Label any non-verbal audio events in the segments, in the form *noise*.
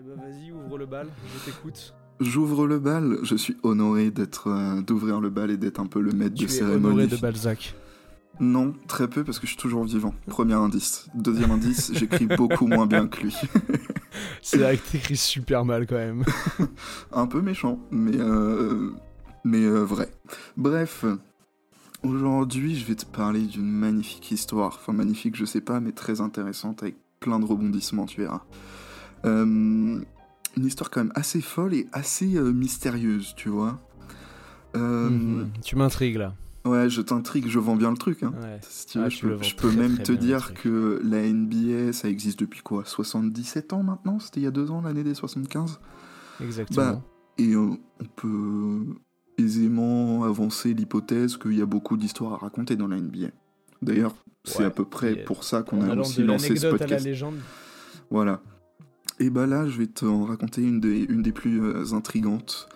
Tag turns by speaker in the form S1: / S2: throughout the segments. S1: Eh ben, bal, je t'écoute.
S2: J'ouvre le bal, je suis honoré d'être euh, d'ouvrir le bal et d'être un peu le maître
S1: Tu
S2: de
S1: es
S2: cérémonie.
S1: honoré de Balzac.
S2: Non, très peu parce que je suis toujours vivant. Premier indice. Deuxième indice, j'écris beaucoup moins bien que lui.
S1: C'est vrai que t'écris super mal quand même.
S2: *laughs* un peu méchant, mais euh, mais euh, vrai. Bref, aujourd'hui, je vais te parler d'une magnifique histoire. Enfin, magnifique, je sais pas, mais très intéressante avec plein de rebondissements, tu verras. Euh, une histoire quand même assez folle et assez euh, mystérieuse, tu vois. Euh,
S1: Mhm. Tu m'intrigues là.
S2: Ouais, je t'intrigue, je vends bien le truc. Hein.
S1: Ouais.
S2: Si tu veux,
S1: Ah,
S2: je
S1: tu le
S2: peux,
S1: vends
S2: je peux
S1: très,
S2: même
S1: très
S2: te
S1: bien, le
S2: dire
S1: truc.
S2: que la NBA, ça existe depuis quoi 77 ans maintenant C'était il y a deux ans, l'année des 75
S1: Exactement.
S2: Bah, et euh, on peut aisément avancer l'hypothèse qu'il y a beaucoup d'histoires à raconter dans la NBA. D'ailleurs, c'est
S1: Ouais,
S2: à peu près
S1: et, euh,
S2: pour ça qu'on
S1: en
S2: a
S1: allant
S2: aussi
S1: de
S2: lancé ce
S1: l'anecdote à la
S2: podcast.
S1: légende.
S2: Voilà. Et bah là, je vais t'en raconter une des, une des plus euh, intrigantes.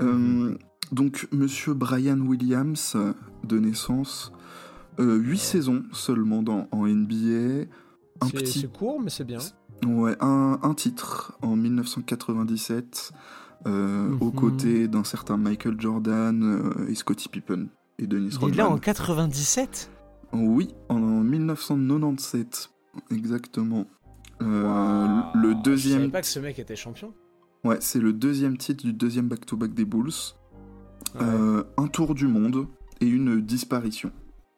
S2: Euh, donc, monsieur Brian Williams, euh, de naissance, 8 saisons seulement dans, en NBA, un
S1: C'est
S2: petit
S1: c'est court, mais c'est bien.
S2: Ouais, un, un titre en 1997 euh, aux
S1: Mhm.
S2: côtés d'un certain Michael Jordan euh, et Scottie Pippen et Dennis
S1: Il est
S2: Rodman.
S1: là en 97
S2: Oui, en, 1997, exactement. Euh,
S1: Waouh.
S2: le
S1: Ah, Je savais
S2: deuxième,
S1: pas que ce mec était champion.
S2: ouais, c'est le deuxième titre du deuxième back-to-back des Bulls.
S1: Ouais.
S2: Euh, un tour du monde et une disparition.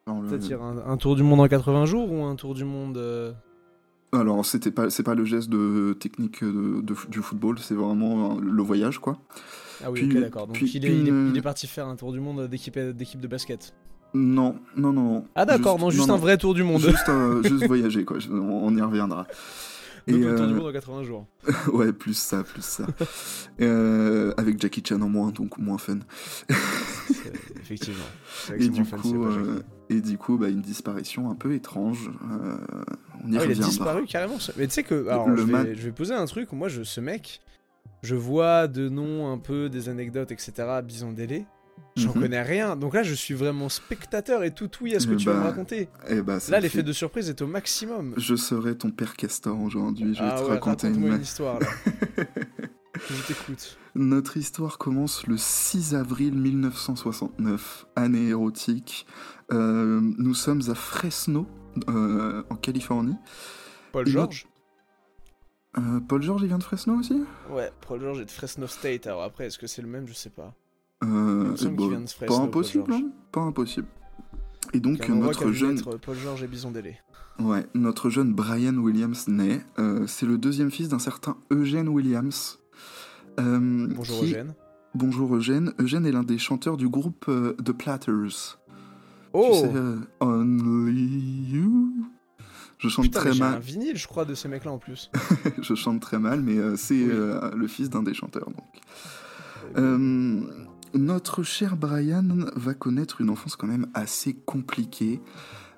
S2: Alors, le-
S1: C'est-à-dire un, un tour du monde en 80 jours ou un tour du monde. euh,
S2: Alors, c'était pas, c'est pas le geste de technique de- de- du football, c'est vraiment euh, le voyage, quoi.
S1: Ah oui,
S2: Puis-
S1: ok, d'accord. Donc
S2: puis-
S1: il, est,
S2: puis
S1: il est-
S2: une-
S1: il est parti faire un tour du monde d'équipe d'équipe de basket.
S2: Non, non, non, non.
S1: Ah d'accord, non, juste
S2: non,
S1: un
S2: non.
S1: vrai tour du monde.
S2: Juste, un-
S1: *laughs*
S2: juste voyager, quoi. Je- On on y reviendra. *laughs* Et,
S1: Donc le tour du
S2: euh,
S1: monde en 80 jours.
S2: ouais, plus ça, plus ça. Euh, avec Jackie Chan en moins, donc moins fun.
S1: C'est- Euh, Effectivement. C'est vrai que
S2: Et
S1: c'est
S2: du,
S1: moins fun, c'est
S2: coup,
S1: pas
S2: euh,
S1: joli. Ah,
S2: et du coup, bah, une disparition un peu étrange. Euh, on y
S1: Ah, il a
S2: reviendra.
S1: disparu carrément. ce- Mais tu sais que. Alors,
S2: Le
S1: je, vais,
S2: man-
S1: je vais poser un truc. Moi, je, ce mec, je vois de noms un peu, des anecdotes, etc. Bisondélé. J'en
S2: Mhm.
S1: connais rien. Donc là, je suis vraiment spectateur et tout oui à ce que
S2: Mais
S1: tu vas me
S2: bah,
S1: raconter.
S2: Eh bah, ça
S1: Là,
S2: le
S1: l'effet
S2: fait.
S1: de surprise est au maximum.
S2: Je serai ton père Castor aujourd'hui. Je vais
S1: ah
S2: te
S1: ouais,
S2: raconter *laughs*
S1: raconte-moi
S2: une.
S1: une histoire là. je t'écoute.
S2: Notre histoire commence le 6 avril 1969, année érotique. Euh, nous sommes à Fresno, euh, en Californie.
S1: Paul
S2: Une
S1: George
S2: Euh, Paul George, il vient de Fresno aussi
S1: Ouais, Paul George est de Fresno State. Alors après, est-ce que c'est le même Je sais pas.
S2: Euh,
S1: Il me semble
S2: bah,
S1: qu'il vient de Fresno.
S2: Pas
S1: Paul
S2: impossible,
S1: George.
S2: non Pas impossible. Et donc,
S1: Qu'un endroit qu'a
S2: notre
S1: vu
S2: jeune,
S1: naître Paul George et Bison Délé.
S2: ouais, notre jeune Brian Williams naît. Euh, c'est le deuxième fils d'un certain Eugene Williams. euh,
S1: Bonjour
S2: qui-
S1: Eugène.
S2: Bonjour Eugène. Eugène est l'un des chanteurs du groupe euh, The Platters.
S1: Oh
S2: Tu sais, euh, Only You. Je chante
S1: Putain, mais
S2: très
S1: j'ai
S2: mal.
S1: un vinyle, je crois, de ces mecs-là en plus.
S2: Je chante très mal, mais euh, c'est
S1: Oui.
S2: euh, le fils d'un des chanteurs. Donc. *laughs* Euh, notre cher Brian va connaître une enfance quand même assez compliquée.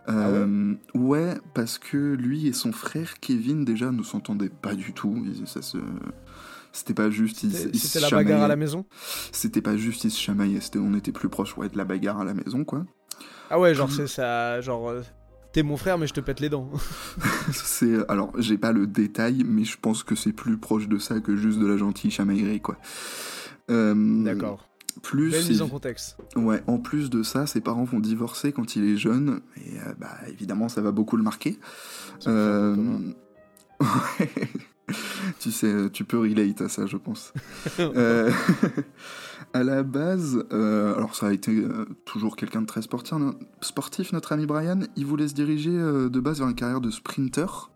S2: Euh,
S1: Ah
S2: ouais, parce que lui et son frère Kevin déjà ne s'entendaient pas du tout. Ils- ça se- C'était pas juste. ils-
S1: C'était
S2: ils
S1: c'était
S2: se
S1: la bagarre à la
S2: chamaillaient.
S1: maison
S2: C'était pas juste. Ils se chamaillaient. C'était- On était plus proche ouais, de la bagarre à la maison, quoi. *laughs*
S1: Ah ouais, genre c'est ça, genre euh, t'es mon frère mais je te pète les dents. *laughs*
S2: C'est alors j'ai pas le détail, mais je pense que c'est plus proche de ça que juste de la gentille chamaillerie quoi. Euh,
S1: D'accord.
S2: Plus
S1: Belle mise en
S2: il-
S1: contexte.
S2: ouais, en plus de ça, ses parents vont divorcer quand il est jeune, et euh, bah évidemment ça va beaucoup le marquer.
S1: C'est un
S2: Euh,
S1: commun.
S2: *laughs* tu sais, euh, tu peux relate à ça, je pense.
S1: *laughs*
S2: Euh, *laughs* à la base, euh, alors ça a été euh, toujours quelqu'un de très sportif, hein. sportif, notre ami Brian. Il voulait se diriger euh, de base vers une carrière de sprinter.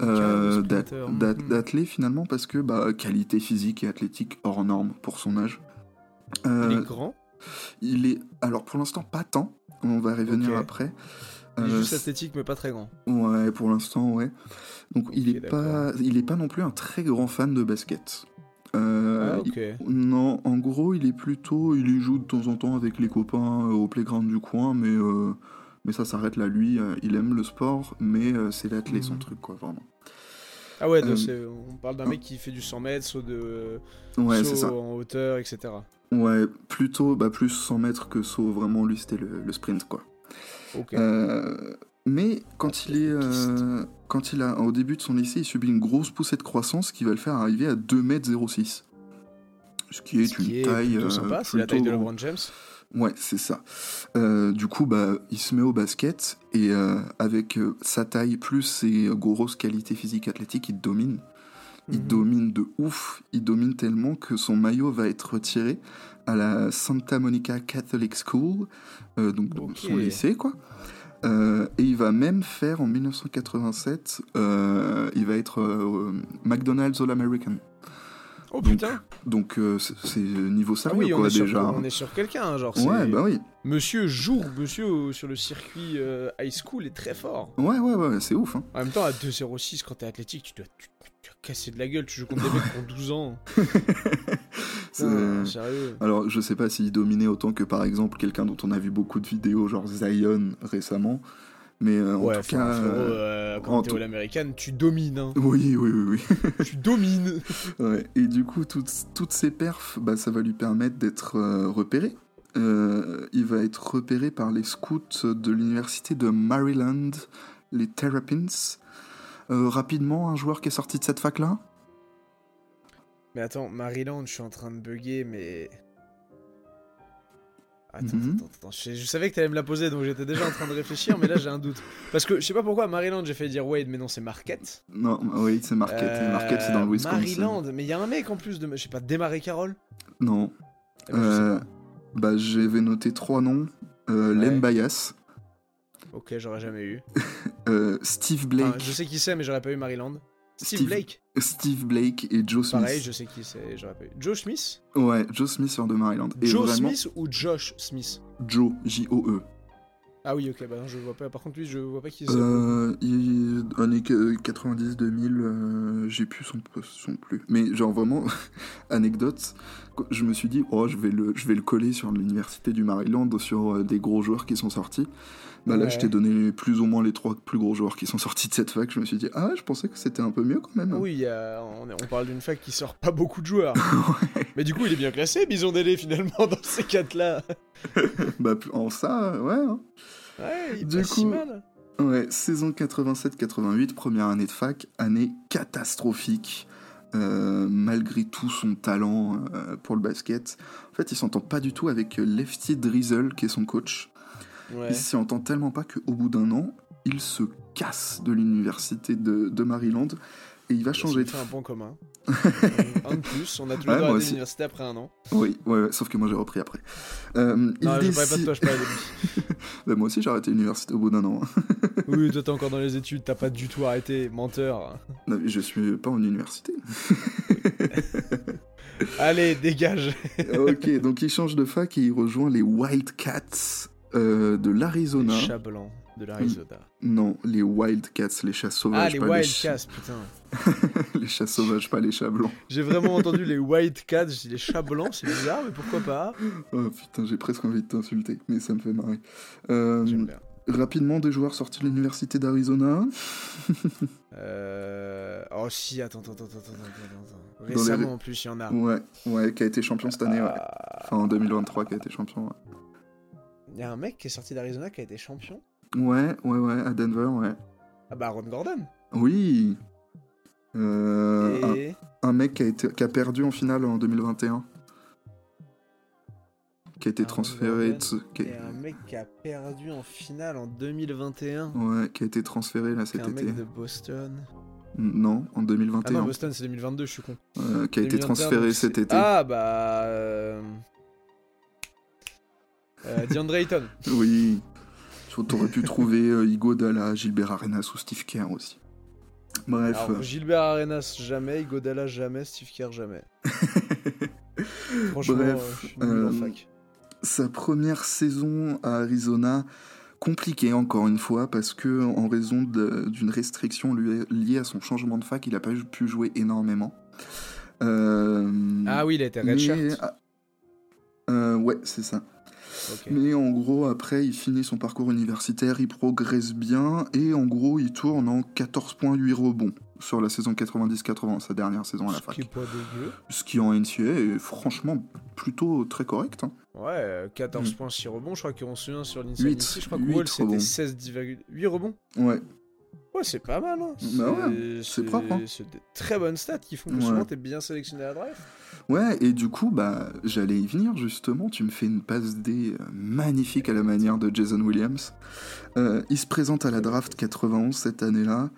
S1: Une carrière de
S2: euh, d'a-
S1: sprinter,
S2: d'a-
S1: mhm.
S2: d'athlète finalement parce que bah, qualité physique et athlétique hors norme pour son âge.
S1: Mm. Il
S2: Euh,
S1: est grand,
S2: il est alors pour l'instant pas tant, on va revenir
S1: Ok.
S2: après.
S1: il est
S2: Euh,
S1: juste esthétique mais pas très grand.
S2: Ouais, pour l'instant, ouais. Donc il
S1: Ok,
S2: est pas, il est pas non plus un très grand fan de basket. Euh,
S1: Ah ok.
S2: il- non, en gros, il est plutôt, il y joue de temps en temps avec les copains euh, au playground du coin, mais euh, mais ça s'arrête là. Lui, euh, il aime le sport, mais euh, c'est l'athlète son
S1: Mhm.
S2: truc, quoi, vraiment.
S1: Ah ouais, donc
S2: euh,
S1: c'est- on parle d'un mec qui fait du 100 mètres, saut, de,
S2: Ouais,
S1: saut
S2: c'est ça.
S1: en hauteur, etc.
S2: Ouais, plutôt, bah plus 100 mètres que saut. Vraiment, lui, c'était le, le sprint, quoi.
S1: Ok.
S2: Euh, mais quand il est, euh, quand il a, au début de son lycée, il subit une grosse poussée de croissance qui va le faire arriver à 2m06. Ce qui est
S1: Ce
S2: une
S1: qui est
S2: taille.
S1: plutôt
S2: euh,
S1: sympa, c'est la taille de
S2: plutôt-
S1: LeBron James.
S2: Ouais, c'est ça. Euh, du coup, bah, il se met au basket et euh, avec euh, sa taille plus ses grosses qualités physiques athlétiques, il domine. Il
S1: Mhm.
S2: domine de ouf. Il domine tellement que son maillot va être retiré à la Santa Monica Catholic School, euh, donc dans
S1: Ok.
S2: son lycée, quoi. Euh, et il va même faire en 1987, euh, il va être euh, euh, McDonald's All American.
S1: Oh
S2: Donc,
S1: putain
S2: Donc euh, c'est c'est niveau
S1: Ah
S2: sérieux
S1: oui, on
S2: quoi
S1: est, sur,
S2: déjà.
S1: on est sur quelqu'un, hein, genre.
S2: Ouais
S1: c'est-
S2: bah oui.
S1: Monsieur joue, monsieur euh, sur le circuit euh, high school est très fort.
S2: Ouais ouais ouais c'est ouf. Hein.
S1: En même temps, à 2,06 quand t'es athlétique, tu dois, tu, tu dois casser de la gueule. Tu joues contre des mecs qui ont
S2: *laughs*
S1: 12 ans. Ah,
S2: C'est-
S1: Putain, sérieux.
S2: Alors, je sais pas s'il dominait autant que par exemple quelqu'un dont on a vu beaucoup de vidéos, genre Zion récemment, mais euh, en
S1: ouais,
S2: tout
S1: enfin,
S2: cas.
S1: frérot,
S2: euh,
S1: euh,
S2: en
S1: quand t'es
S2: tout-
S1: au l'américaine, tu domines. Hein.
S2: Oui, oui, oui, *laughs*
S1: tu domines.
S2: oui. Ouais. Et du coup, toutes, toutes ces perfs, bah, ça va lui permettre d'être euh, repéré. Euh, il va être repéré par les scouts de l'université de Maryland, les Terrapins. Euh, rapidement, un joueur qui est sorti de cette fac-là
S1: Mais attends, Maryland, je suis en train de bugger, mais. Attends,
S2: Mhm.
S1: attends, attends, je, je savais que t'allais me la poser, donc j'étais déjà en train de réfléchir, mais là j'ai un doute. Parce que je sais pas pourquoi, Maryland, j'ai fait dire Wade, mais non, c'est Marquette.
S2: Non, oui, c'est Marquette.
S1: Euh,
S2: Marquette, c'est dans le Wisconsin.
S1: Maryland, mais il y a un mec en plus de. Je sais pas, démarrer Carole
S2: Non.
S1: Eh ben, je sais
S2: Euh, bah, j'avais noté trois noms. Euh,
S1: Ouais.
S2: Lem Bias,
S1: pas. Ok, j'aurais jamais eu.
S2: euh, Steve Blake,
S1: Enfin, je sais qui c'est, mais j'aurais pas eu Maryland. Steve,
S2: Steve-
S1: Blake
S2: Steve Blake et Joe Smith.
S1: Pareil, je sais qui c'est, j'aurais pas eu. Joe Smith
S2: Ouais, Joe Smith sur de Maryland. Et
S1: Joe
S2: vraiment,
S1: Smith ou Josh Smith
S2: Joe, E. J-O-E.
S1: Ah oui, ok, bah non, je vois pas. Par contre, lui, je vois pas qui c'est.
S2: Euh, il- années que- euh, 90, 2000, euh, j'ai plus son, son plus. Mais genre vraiment, *laughs* anecdote, je me suis dit, oh, je vais le, je vais le coller sur l'université du Maryland, sur euh, des gros joueurs qui sont sortis. Bah là,
S1: Ouais.
S2: je t'ai donné plus ou moins les trois plus gros joueurs qui sont sortis de cette fac. Je me suis dit, ah, je pensais que c'était un peu mieux quand même.
S1: Oui, il y a- on, on parle d'une fac qui sort pas beaucoup
S2: *laughs*
S1: de joueurs. Mais du coup, il est bien classé, Bison Délé, finalement, dans ces quatre-là.
S2: Bah, en ça, euh, ouais. hein.
S1: Ouais, il
S2: Du
S1: passe si
S2: coup-
S1: mal.
S2: Ouais, saison 87-88, première année de fac, année catastrophique. Euh, malgré tout son talent euh, pour le basket, en fait, il s'entend pas du tout avec euh, Lefty Drizzle, qui est son coach.
S1: Ouais.
S2: Il s'y entend tellement pas qu'au bout d'un an, il se casse de l'université de, de Maryland et il va changer de
S1: Ça fait un point commun.
S2: *laughs*
S1: un de plus, on a toujours
S2: Ouais,
S1: le droit à
S2: moi
S1: des
S2: aussi.
S1: universités après un an.
S2: Oui, ouais, ouais, sauf que moi j'ai repris après. Euh, il
S1: Non, je parlais pas de
S2: décide-
S1: toi, je parlais de
S2: Bah, moi aussi j'ai arrêté l'université au bout d'un an. *laughs*
S1: lui. Oui, toi, t'es encore dans les études, t'as pas du tout arrêté, menteur.
S2: Non, mais je suis pas en université.
S1: Allez, dégage.
S2: ok, donc il change de fac et il rejoint les Wildcats euh, de l'Arizona.
S1: Les chats blancs de l'Arizona.
S2: Non, les Wildcats, les chats
S1: Ah,
S2: sauvages,
S1: les
S2: pas les, chats-
S1: Wildcats, putain.
S2: les chats *laughs* sauvages, pas les chats blancs.
S1: J'ai vraiment entendu les Wildcats, j'ai dit les chats blancs, c'est bizarre, mais
S2: *laughs*
S1: pourquoi pas
S2: Oh putain, j'ai presque envie de t'insulter, mais ça me fait marrer. Euh,
S1: J'aime bien.
S2: rapidement, des joueurs sortis de l'université d'Arizona.
S1: Euh... Oh si, attends, attends, attends, attends, attends, attends, attends.
S2: les-
S1: Récemment en plus, il y en a.
S2: Ouais, ouais, qui a été champion cette année, ouais.
S1: Ah,
S2: Enfin, en 2023, qui a été champion, ouais.
S1: Il y a un mec qui est sorti d'Arizona qui a été champion.
S2: Ouais, ouais, ouais, à Denver, ouais.
S1: Ah bah Ron Gordon.
S2: Oui Euh, un-
S1: Et...
S2: un mec qui a, été, qui a perdu en finale en 2021. Qui a été
S1: Ah,
S2: transféré. de ce- qui,
S1: et un mec qui a perdu en finale en 2021.
S2: ouais, qui a été transféré là
S1: C'est
S2: cet
S1: un
S2: été.
S1: mec de Boston.
S2: Non, en
S1: Ah
S2: 2021.
S1: non, Boston c'est 2022, je suis con.
S2: euh, qui a été
S1: 2021,
S2: transféré
S1: donc
S2: cet
S1: c'est-
S2: été.
S1: Ah bah... Euh... Euh,
S2: *laughs*
S1: DeAndre Ayton.
S2: Oui. Tu- T'aurais pu trouver euh, Igo Dalla, Gilbert Arenas ou Steve Kerr aussi. Bref.
S1: Alors, Gilbert Arenas jamais, Godala jamais, Steve
S2: *laughs*
S1: Kerr jamais. Franchement,
S2: Bref,
S1: euh, je suis nul en
S2: euh,
S1: fac.
S2: sa première saison à Arizona, compliquée encore une fois, parce que en raison de- d'une restriction lui- liée à son changement de fac, il n'a pas pu jouer énormément. Euh,
S1: Ah oui, il a été
S2: mais-
S1: redshirt.
S2: ah, euh, ouais, c'est ça.
S1: Ok.
S2: Mais en gros, après, il finit son parcours universitaire, il progresse bien, et en gros, il tourne en 14.8 rebonds sur la saison 90-80, sa dernière saison à la
S1: Ce
S2: fac.
S1: qui est pas dégueu.
S2: Ce qui en NCA est franchement plutôt très correct. hein.
S1: Ouais, 14
S2: Hmm.
S1: points, 6 rebonds. Je crois qu'on se souvient sur
S2: Huit.
S1: l'initiative. Je crois que
S2: Huit
S1: Wall,
S2: rebonds.
S1: c'était 16, 8 rebonds.
S2: Ouais,
S1: Ouais, c'est pas mal. Hein.
S2: Bah ouais, c'est propre, hein.
S1: C'est des très bonnes stats qui font que
S2: Ouais.
S1: souvent t'es bien sélectionné à la drive.
S2: ouais, et du coup, bah, j'allais y venir justement. Tu me fais une passe D euh, magnifique à la manière de Jason Williams. Euh, il se présente à la draft 91 cette année-là.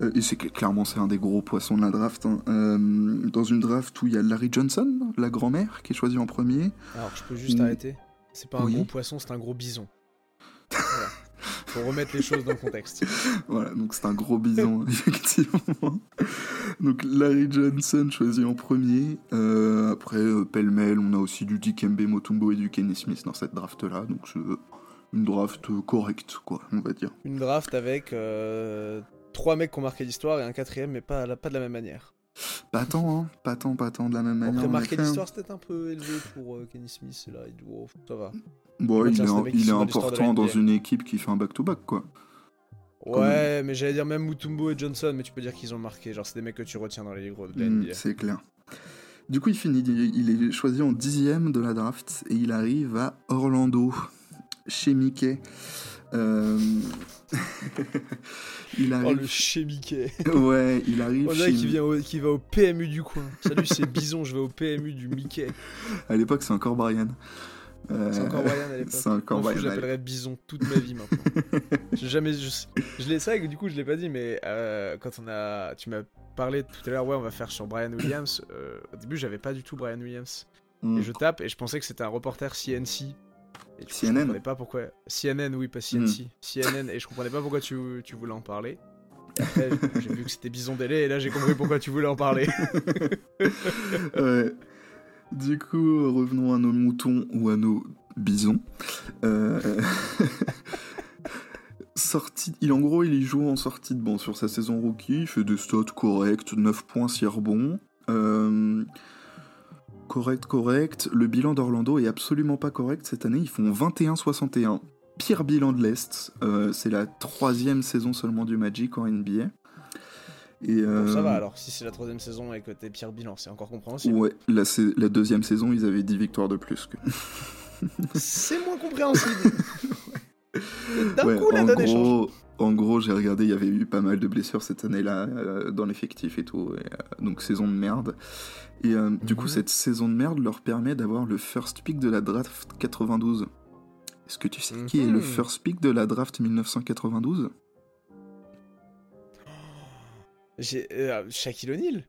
S2: Euh, et c'est cl- clairement c'est un des gros poissons de la draft. hein. Euh, dans une draft où il y a Larry Johnson, la grand-mère, qui est choisie en premier.
S1: Alors, je peux juste
S2: Mm.
S1: arrêter. C'est pas un
S2: Oui.
S1: gros poisson, c'est un gros bison. Voilà. Pour remettre les choses dans le contexte.
S2: Voilà, donc c'est un gros bison, *laughs* effectivement. Donc Larry Johnson choisi en premier. Euh, après, euh, pêle-mêle, on a aussi du Dikembe Motumbo et du Kenny Smith dans cette draft-là. Donc c'est euh, une draft euh, correcte, quoi, on va dire.
S1: Une draft avec euh, trois mecs qui ont marqué l'histoire et un quatrième, mais pas, la- pas de la même manière.
S2: Pas tant, hein. Pas tant, pas tant, de la même
S1: Bon,
S2: manière.
S1: Après,
S2: en
S1: marquer
S2: effet. hein.
S1: l'histoire, c'était un peu élevé pour euh, Kenny Smith. Et là, il dit, wow, ça va.
S2: Bon,
S1: Ouais,
S2: il
S1: Bah, tiens,
S2: est,
S1: c'est
S2: un-
S1: le mec qui
S2: il est
S1: sort de l'histoire de la
S2: important dans
S1: NBA.
S2: une équipe qui fait un back-to-back, quoi.
S1: Ouais, mais j'allais dire même Mutumbo et Johnson, mais tu peux dire qu'ils ont marqué. Genre, c'est des mecs que tu retiens dans les gros de la
S2: Mm,
S1: NBA.
S2: C'est clair. Du coup, il finit, il est choisi en dixième de la draft et il arrive à Orlando, chez Mickey. Euh, *laughs* il
S1: Oh, le Oh,
S2: arrive,
S1: chémiquet.
S2: ouais, il arrive.
S1: On
S2: chez-
S1: dirait qu'il vient au- qu'il va au PMU du coin. Salut, c'est Bison, je vais au PMU du Mickey.
S2: À l'époque, c'est encore Brian. Euh,
S1: C'est encore Ryan à l'époque.
S2: c'est encore
S1: M'en fous,
S2: Brian.
S1: je l'appellerais Bison toute ma vie maintenant.
S2: *laughs*
S1: J'ai jamais. Je, je l'ai ça, du coup, je l'ai pas dit, mais euh, quand on a. Tu m'as parlé tout à l'heure, ouais, on va faire sur Brian Williams. Euh, au début, j'avais pas du tout Brian Williams.
S2: Mm.
S1: Et je tape et je pensais que c'était un reporter CNC. Et du coup,
S2: CNN.
S1: Je comprenais pas pourquoi. CNN, oui, pas CNC.
S2: Hmm.
S1: CNN, et je comprenais pas pourquoi tu, tu voulais
S2: *laughs*
S1: en parler. Et après, j'ai vu que c'était Bison Délé, et là, j'ai compris pourquoi tu voulais en parler.
S2: *laughs* Ouais. Du coup, revenons à nos moutons ou à nos bisons. Euh, *laughs* sortie, il en gros, il y joue en sortie de banc sur sa saison rookie. Il fait des stats corrects, 9 points, 6 rebonds. Euh, correct, correct. Le bilan d'Orlando est absolument pas correct cette année. Ils font 21-61. Pire bilan de l'Est. Euh, c'est la troisième saison seulement du Magic en NBA. Et,
S1: Bon, ça
S2: euh,
S1: va alors, si c'est la troisième saison et que t'es pire bilan, c'est encore compréhensible.
S2: Ouais, la, sa- la deuxième saison, ils avaient 10 victoires de plus. Que...
S1: C'est
S2: *laughs*
S1: moins compréhensible. D'un
S2: Ouais,
S1: coup, la
S2: en,
S1: donne échange.
S2: gros, en gros, j'ai regardé, il y avait eu pas mal de blessures cette année-là euh, dans l'effectif et tout. et, euh, donc, saison de merde. Et euh, du coup,
S1: Mhm.
S2: cette saison de merde leur permet d'avoir le first pick de la draft 92. Est-ce que tu sais qui est le
S1: Mhm.
S2: first pick de la draft 1992
S1: J'ai euh, Shaquille O'Neal.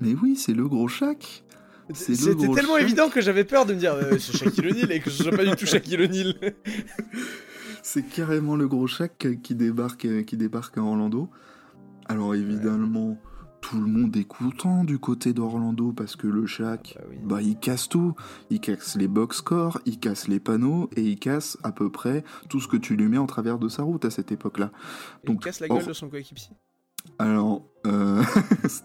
S2: Mais oui, c'est le gros Shaq C'est le
S1: C'était
S2: gros
S1: tellement
S2: Shaq.
S1: évident que j'avais peur de me dire euh, c'est Shaquille O'Neal et que ce soit pas du tout Shaquille *laughs* O'Neal. Bah
S2: C'est carrément le gros Shaq qui débarque, euh, qui débarque à Orlando. Alors évidemment, tout le monde est content du côté d'Orlando parce que le Shaq,
S1: bah oui.
S2: bah, il casse tout. Il casse les box scores, il casse les panneaux et il casse à peu près tout ce que tu lui mets en travers de sa route à cette époque-là.
S1: Et il
S2: Bah, donc,
S1: casse la gueule
S2: or-
S1: de son coéquipier.
S2: Alors, euh, *laughs*
S1: Ça,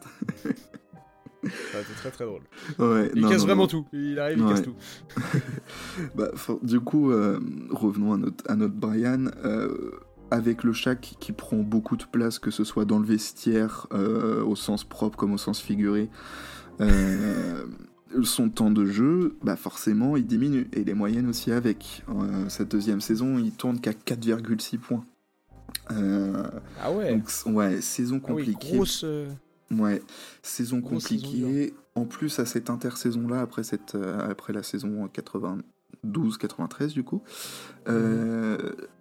S1: c'est très très drôle.
S2: ouais,
S1: Il
S2: non,
S1: casse
S2: non,
S1: vraiment
S2: non.
S1: tout. Il arrive, il
S2: Ouais.
S1: casse tout.
S2: Bah, for- du coup, euh, revenons à notre, à notre Brian. euh, avec le Shaq qui prend beaucoup de place, que ce soit dans le vestiaire, euh, au sens propre comme au sens figuré, euh, son temps de jeu, bah forcément, il diminue. Et les moyennes aussi avec. Euh, cette deuxième saison, il tourne qu'à 4,6 points. Euh,
S1: Ah ouais.
S2: donc, ouais, saison
S1: Ah oui,
S2: compliquée.
S1: grosse. euh,
S2: Ouais, saison
S1: Grosse saison
S2: compliquée. en plus, à cette intersaison-là, après, cette, euh, après la saison 92-93, du coup, euh,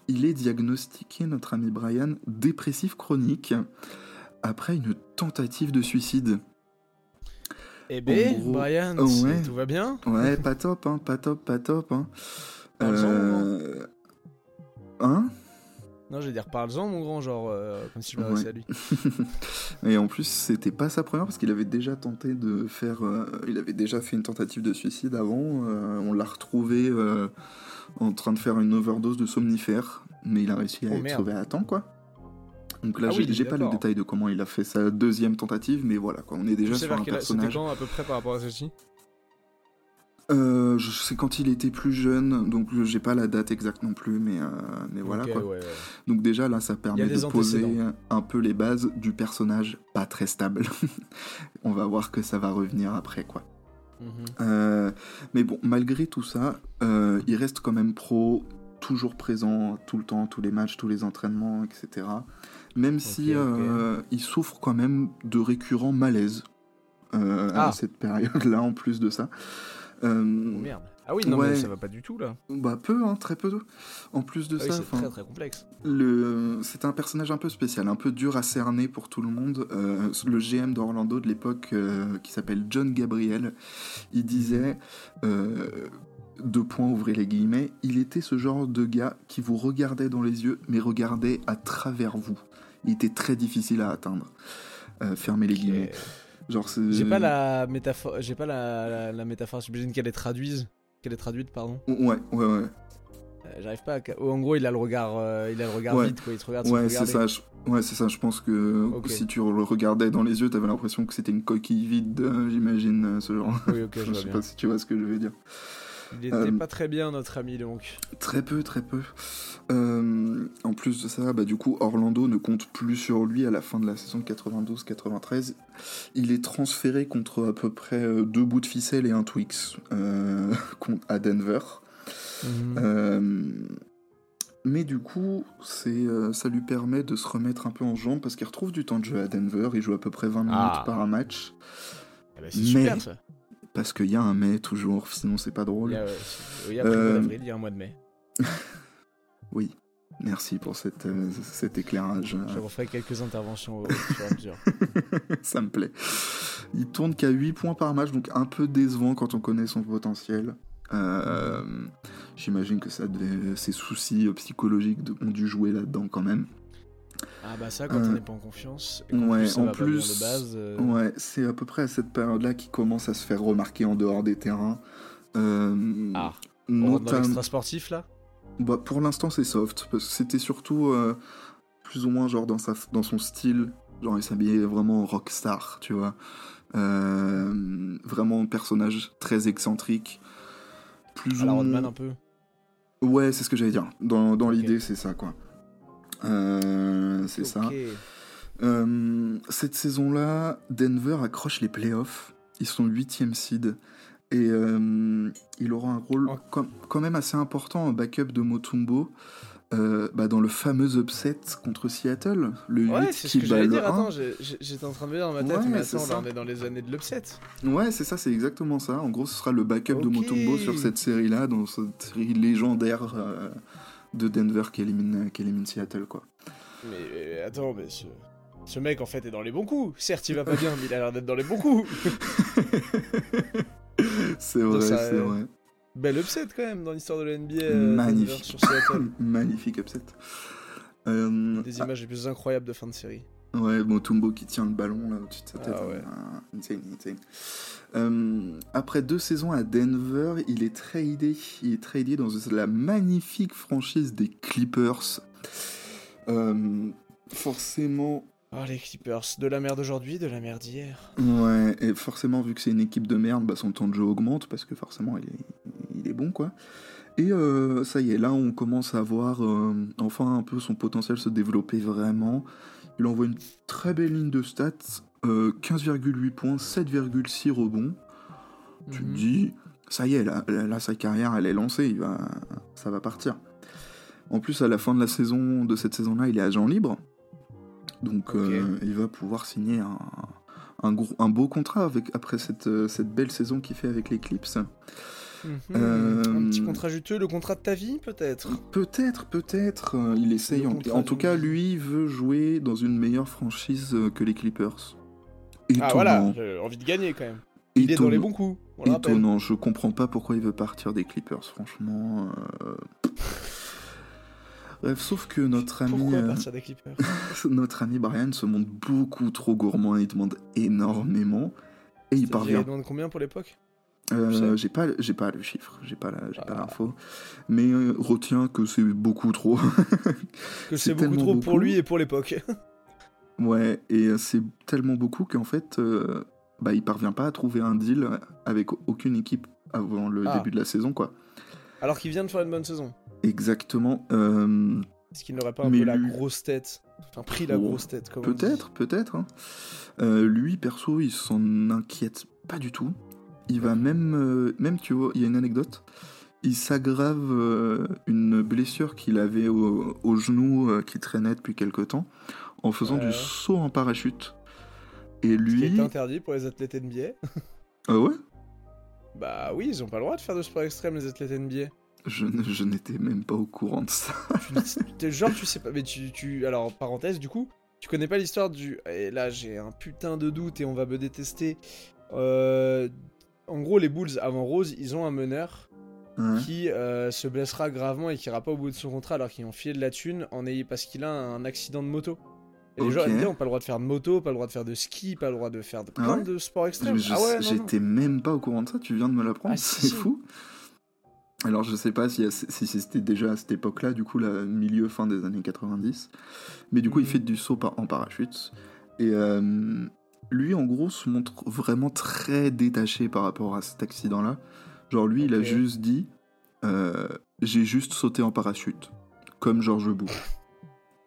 S2: il est diagnostiqué, notre ami Brian, dépressif chronique après une tentative de suicide.
S1: Eh ben,
S2: en gros-
S1: Brian,
S2: Oh,
S1: si
S2: ouais.
S1: tout va bien. *laughs*
S2: Ouais, pas top, hein, pas top, pas top. Hein.
S1: Parle-en,
S2: Euh, Hein
S1: Non, je vais dire parle-en, mon grand, genre euh, comme si je m'adressais à lui.
S2: *laughs* Et en plus, c'était pas sa première parce qu'il avait déjà tenté de faire. euh, il avait déjà fait une tentative de suicide avant. euh, on l'a retrouvé euh, en train de faire une overdose de somnifères, mais il a réussi à
S1: Oh,
S2: être
S1: merde.
S2: sauvé à temps, quoi. Donc là,
S1: Ah
S2: j'ai-
S1: oui, il est
S2: j'ai pas les
S1: d'accord.
S2: détails de comment il a fait sa deuxième tentative, mais voilà, quoi. On est déjà
S1: Tu sais
S2: sur
S1: vers
S2: un
S1: quel âge- c'était
S2: personnage.
S1: quand à peu près par rapport à ceci
S2: Euh, je sais quand il était plus jeune, donc euh, j'ai pas la date exacte non plus, mais, euh, mais voilà,
S1: Ok,
S2: quoi.
S1: ouais, ouais.
S2: Donc déjà là, ça permet
S1: des
S2: de poser
S1: antécédents.
S2: un peu les *laughs* bases du personnage pas très stable. On va voir que ça va revenir après quoi.
S1: Mhm.
S2: Euh, mais bon, malgré tout ça, euh, il reste quand même pro, toujours présent tout le temps, tous les matchs, tous les entraînements, etc. Même si
S3: ok.
S2: euh, il souffre quand même de récurrents malaises euh, à
S1: Ah.
S2: cette période-là, en plus de ça. Euh,
S1: Oh, merde.
S3: Ah oui, non, mais
S2: Ouais.
S3: ça va pas du tout là.
S2: bah peu, hein, très peu. En plus de
S1: Ah oui,
S2: ça,
S1: c'est
S2: enfin,
S1: très très complexe.
S2: le... c'est un personnage un peu spécial, un peu dur à cerner pour tout le monde. Euh, le GM d'Orlando de l'époque, euh, qui s'appelle John Gabriel, il disait, euh, deux points, ouvrez les guillemets, il était ce genre de gars qui vous regardait dans les yeux, mais regardait à travers vous. Il était très difficile à atteindre. Euh, fermez les guillemets. Genre, c'est-
S1: J'ai pas la métaphore, j'ai pas la, la, la métaphore, j'imagine qu'elle est traduise, qu'elle est traduite, pardon.
S2: Ouais, ouais, ouais.
S1: Euh, J'arrive pas à... ca- oh, en gros, il a le regard, euh, il a le regard
S2: Ouais.
S1: vide, quoi, il te regarde sans te
S2: Ouais, c'est
S1: regarder.
S2: ça. Je... Ouais, c'est ça. Je pense que
S1: Ok.
S2: si tu le regardais dans les yeux, t'avais l'impression que c'était une coquille vide, euh, j'imagine, euh, ce genre.
S1: Oui, ok, je
S2: Je
S1: vois
S2: sais
S1: bien.
S2: pas si tu vois ce que je veux dire.
S1: Il était
S2: Euh,
S1: pas très bien, notre ami, donc.
S2: Très peu, très peu. Euh, en plus de ça, bah, du coup, Orlando ne compte plus sur lui à la fin de la saison 92-93. Il est transféré contre à peu près euh, deux bouts de ficelle et un Twix euh, *laughs* contre- à Denver. Euh, mais du coup, c'est, euh, ça lui permet de se remettre un peu en jambe parce qu'il retrouve du temps de jeu à Denver. Il joue à peu près 20 minutes
S3: Ah.
S2: par un match.
S1: Ah bah, c'est super,
S2: mais-
S1: ça.
S2: Parce qu'il y a un mai toujours, sinon c'est pas
S1: Il
S2: drôle.
S1: y a, ouais, il y a après le mois
S2: Euh,
S1: d'avril, il y a un mois de mai.
S2: Oui, merci pour cette, euh, cet éclairage. euh,
S1: Je referai quelques interventions au, au fur et
S2: *laughs*
S1: à mesure.
S2: ça me plaît. Il tourne qu'à 8 points par match, donc un peu décevant quand on connaît son potentiel. Euh, J'imagine que ça devait, ses soucis euh, psychologiques de- ont dû jouer là-dedans quand même.
S1: Ah bah ça, quand
S2: Euh,
S1: on n'est pas en confiance, et qu'en
S2: ouais,
S1: plus, ça
S2: en
S1: va pas bien
S2: plus,
S1: de base... euh,
S2: Ouais, c'est à peu près à cette période-là qu'il commence à se faire remarquer en dehors des terrains. Euh,
S1: Ah, on rentre dans
S2: notam-
S1: l'extra sportif, là
S2: bah, pour l'instant, c'est soft, parce que c'était surtout euh, plus ou moins genre dans, sa, dans son style. Genre, il s'habillait vraiment en rockstar, tu vois. Euh, vraiment un personnage très excentrique. Plus
S1: À la
S2: ou
S1: Rodman,
S2: moins.
S1: un peu
S2: Ouais, c'est ce que j'allais dire. Dans, dans l'idée, c'est ça, quoi. Euh, c'est ça.
S1: Ok.
S2: Euh, cette saison-là, Denver accroche les playoffs. Ils sont 8 seed. Et euh, il aura un rôle
S1: Oh.
S2: quand quand même assez important en backup de Motumbo euh, bah, dans le fameux upset contre Seattle. Le 8
S1: Ouais, c'est ce
S2: qui
S1: que
S2: bat
S1: j'allais
S2: le
S1: dire.
S2: 1.
S1: Attends, j'ai- j'ai- j'étais en train de me dire dans ma tête,
S2: Ouais,
S1: mais
S2: c'est
S1: attends, là,
S2: ça.
S1: on est dans les années de l'upset.
S2: Ouais, c'est ça, c'est exactement ça. En gros, ce sera le backup de
S1: Ok.
S2: Motumbo sur cette série-là, dans cette série légendaire euh, de Denver qui élimine, qui élimine Seattle. quoi. *laughs*
S1: Mais euh, attends, mais ce... ce mec en fait est dans les bons coups. Certes, il va pas bien, mais il a l'air d'être dans les bons coups.
S2: c'est vrai,
S1: ça,
S2: c'est
S1: euh,
S2: vrai.
S1: Bel upset quand même dans l'histoire de la NBA.
S2: Magnifique.
S1: euh, Denver Sur Seattle.
S2: *coughs* Magnifique upset. Euh,
S1: Des images les plus incroyables de fin de série.
S2: Ouais, Motumbo qui tient le ballon là au-dessus de sa
S1: Ah
S2: tête.
S1: ouais.
S2: Ah, insane, insane. Euh, après deux saisons à Denver, il est tradé. Il est tradé dans la magnifique franchise des Clippers. Euh, forcément,
S1: Oh, les Clippers. De la merde d'aujourd'hui, de la merde d'hier.
S2: ouais, et forcément vu que c'est une équipe de merde, bah, son temps de jeu augmente parce que forcément il est, il est bon quoi. Et euh, ça y est, là on commence à voir euh, enfin un peu son potentiel se développer vraiment. Il envoie une très belle ligne de stats, euh, 15,8 points, 7,6 rebonds. Tu te
S1: Mhm.
S2: dis, ça y est, là, là, là, sa carrière elle est lancée, il va, ça va partir. En plus, à la fin de la saison de cette saison-là, il est agent libre, donc
S1: Ok.
S2: euh, il va pouvoir signer un, un gros- un beau contrat avec, après cette, euh, cette belle saison qu'il fait avec les Clips.
S1: Mhm.
S2: Euh,
S1: Un petit contrat juteux, le contrat de ta vie peut-être.
S2: Peut-être, peut-être, euh, il essaye.
S1: Le
S2: En,
S1: contrat
S2: en
S1: de
S2: tout
S1: vie.
S2: cas, lui veut jouer dans une meilleure franchise euh, que les Clippers. Étonnant,
S1: Ah voilà, j'ai envie de gagner quand même. Il est dans
S2: étonnant.
S1: les bons coups. On le rappelle.
S2: Étonnant, je comprends pas pourquoi il veut partir des Clippers, franchement. euh. Bref, sauf que notre ami,
S1: Pourquoi
S2: euh,
S1: partir des Clippers
S2: *laughs* notre ami Brian se montre beaucoup trop gourmand, il demande énormément et il
S1: Il
S2: parvient.
S1: demande combien pour l'époque
S2: Euh,
S1: tu sais.
S2: j'ai pas, j'ai pas le chiffre, j'ai pas, la- j'ai pas
S1: Ah.
S2: l'info, mais euh, retiens que c'est beaucoup trop. *laughs* C'est
S1: Que c'est beaucoup
S2: tellement
S1: trop pour
S2: beaucoup.
S1: lui et pour l'époque. *laughs*
S2: ouais, et euh, c'est tellement beaucoup qu'en fait, euh, bah, il parvient pas à trouver un deal avec aucune équipe avant le
S1: Ah.
S2: début de la saison, quoi.
S1: Alors qu'il vient de faire une bonne saison.
S2: Exactement. euh,
S1: Est-ce qu'il n'aurait pas un
S2: Mais
S1: peu la
S2: lui-
S1: grosse tête Enfin, pris la
S2: Oh,
S1: grosse tête, comme on dit.
S2: Peut-être, peut-être. hein. Euh, lui, perso, il s'en inquiète pas du tout. il va même, euh, même tu vois, il y a une anecdote. Il s'aggrave euh, une blessure qu'il avait au, au genou euh, qui traînait depuis quelque temps en faisant
S1: Ouais.
S2: du saut en parachute. Et
S1: Euh. Ce qui
S2: lui,
S1: est interdit pour les athlètes NBA.
S2: ah ouais,
S1: *laughs* Bah oui, ils ont pas le droit de faire de sport extrême, les athlètes NBA.
S2: je, n- je n'étais même pas au courant de ça.
S1: Tu- t'es- genre, tu sais pas. Mais tu, tu. Alors, parenthèse, du coup, tu connais pas l'histoire du. Et là, j'ai un putain de doute et on va me détester. Euh, En gros, les Bulls avant Rose, ils ont un meneur
S2: Ouais.
S1: qui euh, se blessera gravement et qui ira pas au bout de son contrat alors qu'ils ont filé de la thune en ayant parce qu'il a un accident de moto. Et les gens
S2: Ok.
S1: NBA ont pas le droit de faire de moto, pas le droit de faire de ski, pas le droit de faire de
S2: Ah
S1: plein
S2: ouais
S1: de sports
S2: Mais
S1: extrêmes.
S2: je-
S1: ah ouais, non, non.
S2: J'étais même pas au courant de ça, tu viens de me l'apprendre,
S1: Ah,
S2: *laughs*
S1: si,
S2: c'est
S1: si.
S2: fou. Alors je sais pas si, si c'était déjà à cette époque-là, du coup, là, milieu, fin des années 90. Mais du coup, il
S1: Mhm.
S2: fait du saut par- en parachute. Et euh, lui, en gros, se montre vraiment très détaché par rapport à cet accident-là. Genre lui, il a
S1: Ok.
S2: juste dit, euh, j'ai juste sauté en parachute, comme George Bush.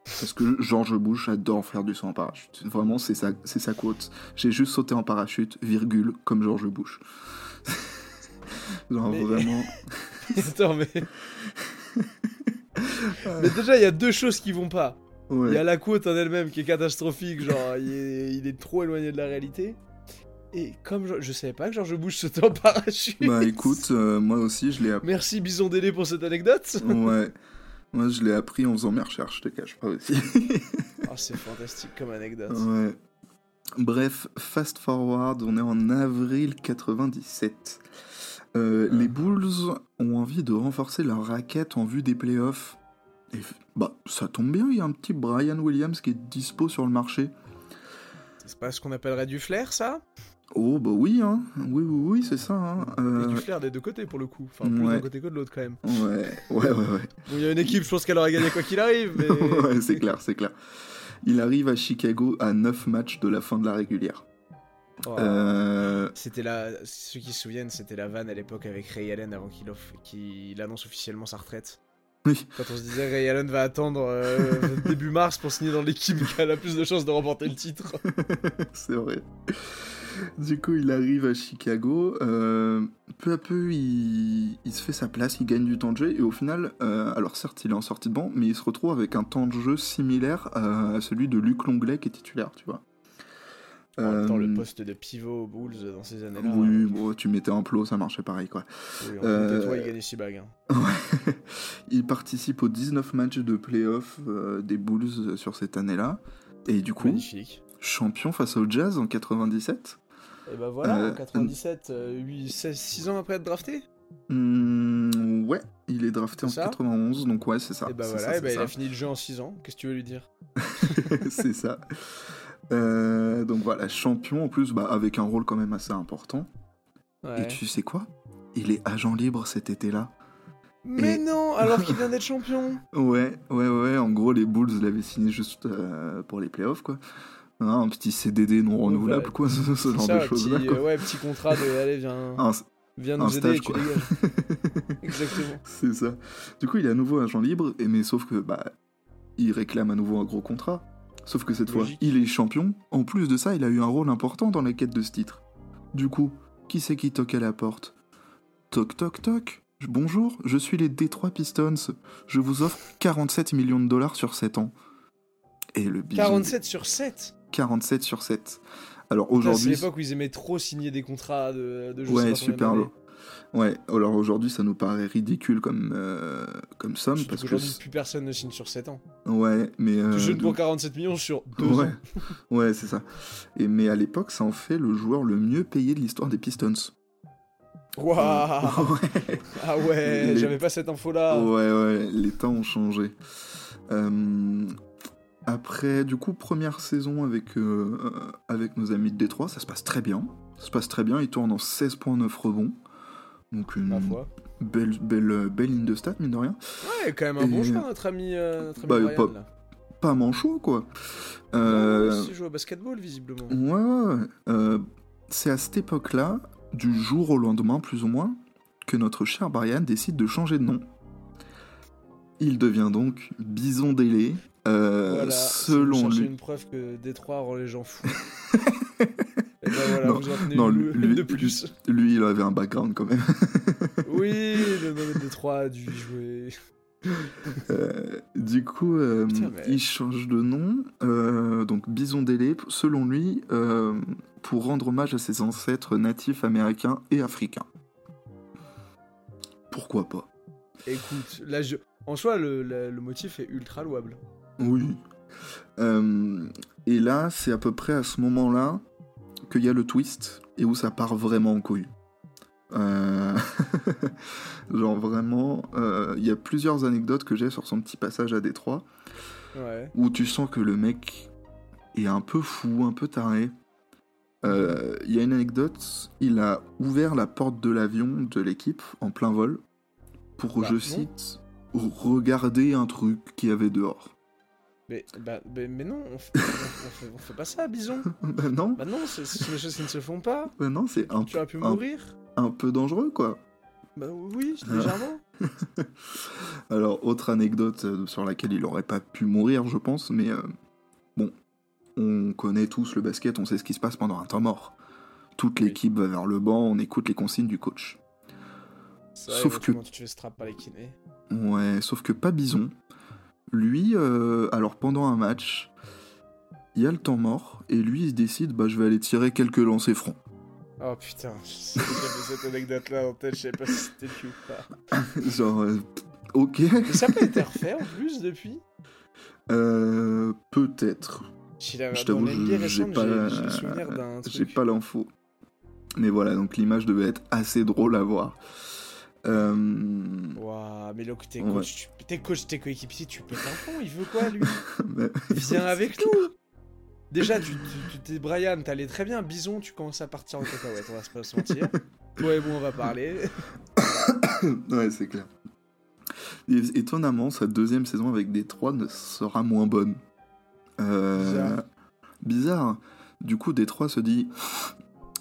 S2: Parce que George Bush adore faire du saut en parachute. Vraiment, c'est sa, c'est sa quote. J'ai juste sauté en parachute, virgule, comme George Bush. *laughs* Genre
S1: Mais-
S2: vraiment.
S1: *laughs* Attends,
S2: *laughs*
S1: mais. mais déjà, il y a deux choses qui vont pas. Il
S2: Ouais.
S1: y a la quote en elle-même qui est catastrophique, genre il est, il est trop éloigné de la réalité. Et comme je, je savais pas que George Bush sautait en parachute. *laughs*
S2: Bah écoute, euh, moi aussi je l'ai appris.
S1: Merci Bison Délé pour cette anecdote.
S2: ouais. Moi je l'ai appris en faisant mes recherches, je te cache pas aussi. *laughs*
S1: Oh, c'est fantastique comme anecdote.
S2: ouais. Bref, fast forward, on est en avril 97. Euh,
S1: Ah.
S2: Les Bulls ont envie de renforcer leur raquette en vue des playoffs. Et f- bah, ça tombe bien, il y a un petit Brian Williams qui est dispo sur le marché.
S1: C'est pas ce qu'on appellerait du flair, ça
S2: Oh bah oui, hein. oui, oui, oui, c'est ça. hein.
S1: Et
S2: Euh,
S1: du flair des deux côtés pour le coup. Enfin, plus
S2: Ouais.
S1: d'un côté que de l'autre quand même.
S2: ouais, ouais, ouais, ouais.
S1: Bon, il y a une équipe, je pense qu'elle aurait gagné quoi qu'il arrive. Mais...
S2: *laughs* Ouais,
S1: *laughs*
S2: c'est clair, c'est clair. Il arrive à Chicago à 9 matchs de la fin de la régulière.
S1: Oh.
S2: Euh,
S1: C'était la... Ceux qui se souviennent, c'était la vanne à l'époque avec Ray Allen avant qu'il off- qu'il annonce officiellement sa retraite.
S2: Oui.
S1: Quand on se disait Ray Allen va attendre euh, *laughs* début mars pour signer dans l'équipe qui a la plus de chances de remporter le titre.
S2: *laughs* c'est vrai. Du coup, il arrive à Chicago. euh, peu à peu, il, il se fait sa place, il gagne du temps de jeu. Et au final, euh, alors certes, il est en sortie de banc, mais il se retrouve avec un temps de jeu similaire à celui de Luc Longlais qui est titulaire, tu vois.
S1: En même temps, Oh, le
S2: Euh,
S1: poste de pivot aux Bulls dans ces années-là. euh,
S2: Oui, bon, tu mettais un plot, ça marchait pareil, quoi.
S1: oui, on
S2: euh,
S1: était toi, il gagnait 6 bagues. hein.
S2: Ouais. Il participe aux 19 matchs de playoff euh, des Bulls sur cette année-là. Et du coup,
S1: Magnifique.
S2: champion face au Jazz en 97
S1: Et bah voilà,
S2: Euh,
S1: en euh, 97, 6 ans après être drafté.
S2: Hmm, Ouais, il est drafté en
S1: C'est ça
S2: 91, donc ouais, c'est ça.
S1: et bah
S2: Ah, c'est
S1: voilà,
S2: ça,
S1: et bah,
S2: c'est
S1: il a fini le jeu en 6 ans. Qu'est-ce que tu veux lui dire
S2: ça. *laughs* C'est ça. Euh, donc voilà, champion en plus, bah, avec un rôle quand même assez important.
S1: Ouais.
S2: Et tu sais quoi Il est agent libre cet été-là.
S1: Mais
S2: Et- *laughs*
S1: non, alors qu'il vient d'être champion.
S2: Ouais, ouais, ouais. En gros, les Bulls l'avaient signé juste euh, pour les playoffs, quoi. Hein, un petit CDD non
S1: bah,
S2: renouvelable, quoi, *laughs* ce, ce genre
S1: Ça,
S2: de choses-là.
S1: petit,
S2: quoi.
S1: euh, ouais, petit contrat de allez, viens,
S2: Un- *laughs*
S1: viens
S2: un
S1: nous
S2: stage,
S1: aider et tu
S2: quoi. *laughs*
S1: dégages. Exactement.
S2: C'est ça. Du coup, il est à nouveau agent libre, et- mais sauf que, bah, il réclame à nouveau un gros contrat. Sauf que cette fois,
S1: Logique.
S2: il est champion. En plus de ça, il a eu un rôle important dans la quête de ce titre. Du coup, qui c'est qui toque à la porte Toc, toc, toc. Bonjour, je suis les Detroit Pistons. Je vous offre 47 millions de dollars sur 7 ans. Et le bijou-
S1: 47 sur 7
S2: 47 sur 7. Alors
S1: Putain, C'est
S2: aujourd'hui,
S1: l'époque où ils aimaient trop signer des contrats de, de je sais pas
S2: ouais,
S1: combien
S2: super
S1: d'années.
S2: lourd. Ouais, alors aujourd'hui, ça nous paraît ridicule comme, euh, comme somme
S1: Surtout
S2: parce que.
S1: qu'aujourd'hui, plus personne ne signe sur 7 ans.
S2: Ouais, mais. euh,
S1: tu jeunes
S2: de-
S1: pour 47 millions sur 2
S2: Ouais,
S1: ans.
S2: ouais c'est ça. Et, mais à l'époque, ça en fait le joueur le mieux payé de l'histoire des Pistons. *laughs*
S1: Waouh
S2: ouais.
S1: Ah ouais,
S2: Les-
S1: j'avais pas cette info là.
S2: ouais, ouais, les temps ont changé. Euh, après, du coup, première saison avec, euh, euh, avec nos amis de Détroit, ça se passe très bien. Ça se passe très bien, il tourne en 16.9 rebonds. Donc une
S1: Ma foi.
S2: belle, belle, belle ligne de stats, mine de rien.
S1: Ouais, quand même un bon
S2: Et-
S1: joueur, notre ami, euh, notre ami
S2: Bah,
S1: Brian,
S2: pas-
S1: là.
S2: Pas manchot, quoi. Euh,
S1: Il aussi joué au basketball, visiblement.
S2: Ouais, ouais, ouais. Euh, c'est à cette époque-là, du jour au lendemain plus ou moins, que notre cher Brian décide de changer de nom. Il devient donc Bison Délé, euh,
S1: Voilà, si vous
S2: selon
S1: cherchez
S2: lui. *laughs*
S1: une preuve que Détroit rend les gens fous. Et ben voilà,
S2: Non.
S1: vous entendez une,
S2: Non,
S1: une-
S2: lui-
S1: une de
S2: lui-
S1: plus.
S2: Lui, il avait un background quand même. *laughs*
S1: *laughs* oui, non, non, mais les trois a dû y jouer.
S2: Euh, du coup, euh,
S1: Putain, mais-
S2: il change de nom, euh, donc Bison Délé, selon lui, euh, pour rendre hommage à ses ancêtres natifs américains et africains. Pourquoi pas
S1: Écoute, là, je... en soi, le, le- le motif est ultra louable.
S2: Oui. Euh, et là, c'est à peu près à ce moment-là qu'il y a le twist et où ça part vraiment en couille. Euh, *laughs* Genre vraiment, euh, il y a plusieurs anecdotes que j'ai sur son petit passage à Détroit
S1: Ouais.
S2: où tu sens que le mec est un peu fou, un peu taré. Euh, Il y a une anecdote, il a ouvert la porte de l'avion de l'équipe en plein vol pour,
S1: Bah,
S2: je
S1: non.
S2: cite, regarder un truc qu'il y avait dehors. *laughs*
S1: Mais, bah, mais, mais non, on fait, on, fait, on fait pas ça, bison.
S2: Bah non,
S1: Bah non, c'est c'est des choses qui ne se font pas.
S2: bah non c'est un,
S1: Tu aurais pu
S2: un-
S1: mourir.
S2: un peu dangereux quoi.
S1: Bah oui,
S2: Ah.
S1: légèrement.
S2: Alors, autre anecdote euh, sur laquelle il aurait pas pu mourir, je pense, mais euh, bon, on connaît tous le basket, on sait ce qui se passe pendant un temps mort. Toute
S1: Oui.
S2: l'équipe va vers le banc, on écoute les consignes du coach.
S1: C'est vrai,
S2: Sauf que-
S1: éventuellement, Tu te fais strap par les kinés.
S2: Ouais, sauf que pas Bison. Lui, euh, alors pendant un match, il y a le temps mort, et lui, il se décide, bah je vais aller tirer quelques lancers francs. *laughs*
S1: Oh putain, je sais que j'avais cette anecdate-là en tête, je savais pas si c'était lui ou pas.
S2: *laughs* Genre, euh, ok,
S1: Mais ça n'a pas été refait en plus depuis
S2: euh, peut-être,
S1: J'ai la-
S2: Je
S1: Dans
S2: t'avoue,
S1: la NBA
S2: je- j'ai
S1: récente,
S2: pas-
S1: j'ai j'ai le souvenir d'un
S2: J'ai
S1: truc.
S2: pas l'info. Mais voilà, donc l'image devait être assez drôle à voir. Euh, *laughs*
S1: Waouh, mais là, que t'es
S2: Ouais.
S1: coach, tu- t'es coach, t'es coéquipier, tu pètes un pont, il veut
S2: *laughs*
S1: quoi lui
S2: mais-
S1: Viens avec nous Déjà, tu, tu- tu- t'es Brian, t'allais très bien, Bison, tu commences à partir en cacahuète, on va pas se mentir. Toi et moi, on va parler.
S2: ouais, c'est clair. Et- étonnamment, sa deuxième saison avec Détroit ne sera moins bonne. Euh,
S1: Bizarre.
S2: bizarre. Du coup, Détroit se dit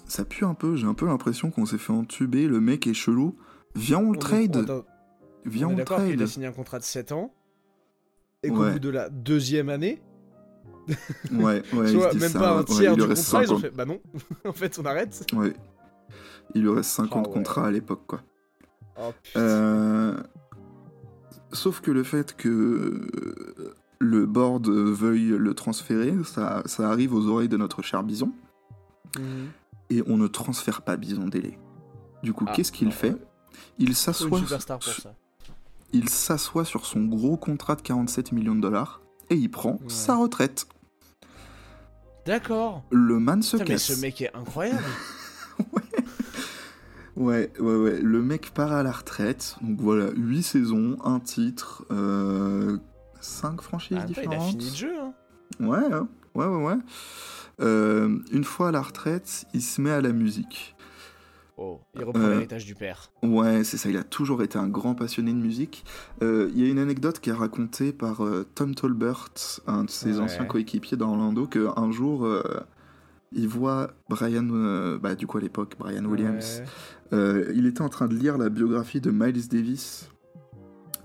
S2: Ça pue un peu, j'ai un peu l'impression qu'on s'est fait entuber, le mec est chelou. Viens, on le
S1: On est-
S2: trade
S1: on- attends,
S2: Viens,
S1: on
S2: on
S1: est
S2: le
S1: d'accord qu'il
S2: trade
S1: a signé un contrat de 7 ans, et qu'au
S2: Ouais.
S1: bout de la deuxième année, *laughs*
S2: Ouais, ouais,
S1: tu
S2: ils
S1: vois,
S2: se disent
S1: même
S2: ça,
S1: pas un
S2: ouais,
S1: tiers
S2: il
S1: du
S2: lui reste
S1: contrat, ils ont
S2: 50.
S1: fait bah non, *laughs* en fait on arrête.
S2: Ouais. Il lui reste 50
S1: Ah ouais.
S2: contrats à l'époque, quoi.
S1: Oh putain.
S2: Euh, Sauf que le fait que euh, le board veuille le transférer, ça, ça arrive aux oreilles de notre cher Bison,
S1: Mhm.
S2: et on ne transfère pas Bison Délé. Du coup,
S1: Ah,
S2: qu'est-ce qu'il
S1: non,
S2: fait
S1: ouais.
S2: Il
S1: Faut
S2: s'assoit
S1: une superstar pour ça.
S2: il s'assoit sur son gros contrat de 47 millions de dollars, et il prend
S1: Ouais.
S2: sa retraite.
S1: D'accord.
S2: Le man se
S1: Putain, mais
S2: casse.
S1: ce mec est incroyable.
S2: Ouais, ouais, ouais. Le mec part à la retraite. Donc voilà, 8 saisons, un titre, 5 franchises
S1: Ah, putain, il
S2: différentes.
S1: a fini le jeu. Hein.
S2: Ouais, hein. ouais, ouais, ouais. Euh, une fois à la retraite, il se met à la musique.
S1: Oh, il reprend
S2: Euh.
S1: l'héritage du père.
S2: Ouais, c'est ça, il a toujours été un grand passionné de musique. Euh, Il y a une anecdote qui est racontée par euh, Tom Tolbert, un de ses
S1: Ouais.
S2: anciens coéquipiers d'Orlando, qu'un jour, euh, il voit Brian, euh, bah du coup à l'époque, Brian Williams,
S1: Ouais.
S2: Euh, il était en train de lire la biographie de Miles Davis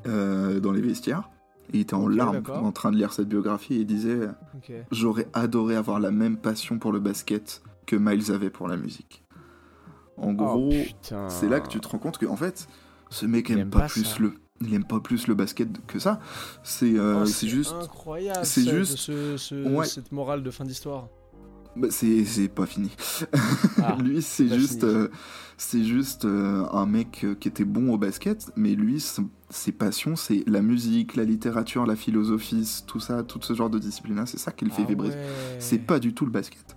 S2: euh, dans les vestiaires. Et il était en
S1: Ok,
S2: larmes
S1: d'accord.
S2: en train de lire cette biographie et il disait
S1: Ok.
S2: J'aurais adoré avoir la même passion pour le basket que Miles avait pour la musique. En gros,
S1: Oh, putain.
S2: c'est là que tu te rends compte que, en fait, ce mec
S1: Il
S2: aime,
S1: aime
S2: pas,
S1: pas
S2: plus
S1: ça.
S2: le. Il aime pas plus le basket que ça. C'est euh,
S1: Oh,
S2: c'est juste.
S1: Incroyable.
S2: c'est
S1: ça, de
S2: juste-
S1: ce- ce-
S2: Ouais.
S1: Cette morale de fin d'histoire.
S2: Bah, c'est c'est pas fini.
S1: Ah,
S2: *laughs* lui, c'est
S1: pas
S2: juste,
S1: fini.
S2: euh, c'est juste euh, un mec euh, qui était bon au basket, mais lui, son- ses passions, c'est la musique, la littérature, la philosophie, c- tout ça, tout ce genre de discipline-là. C'est ça qui le fait
S1: Ah
S2: vibrer.
S1: ouais.
S2: C'est pas du tout le basket.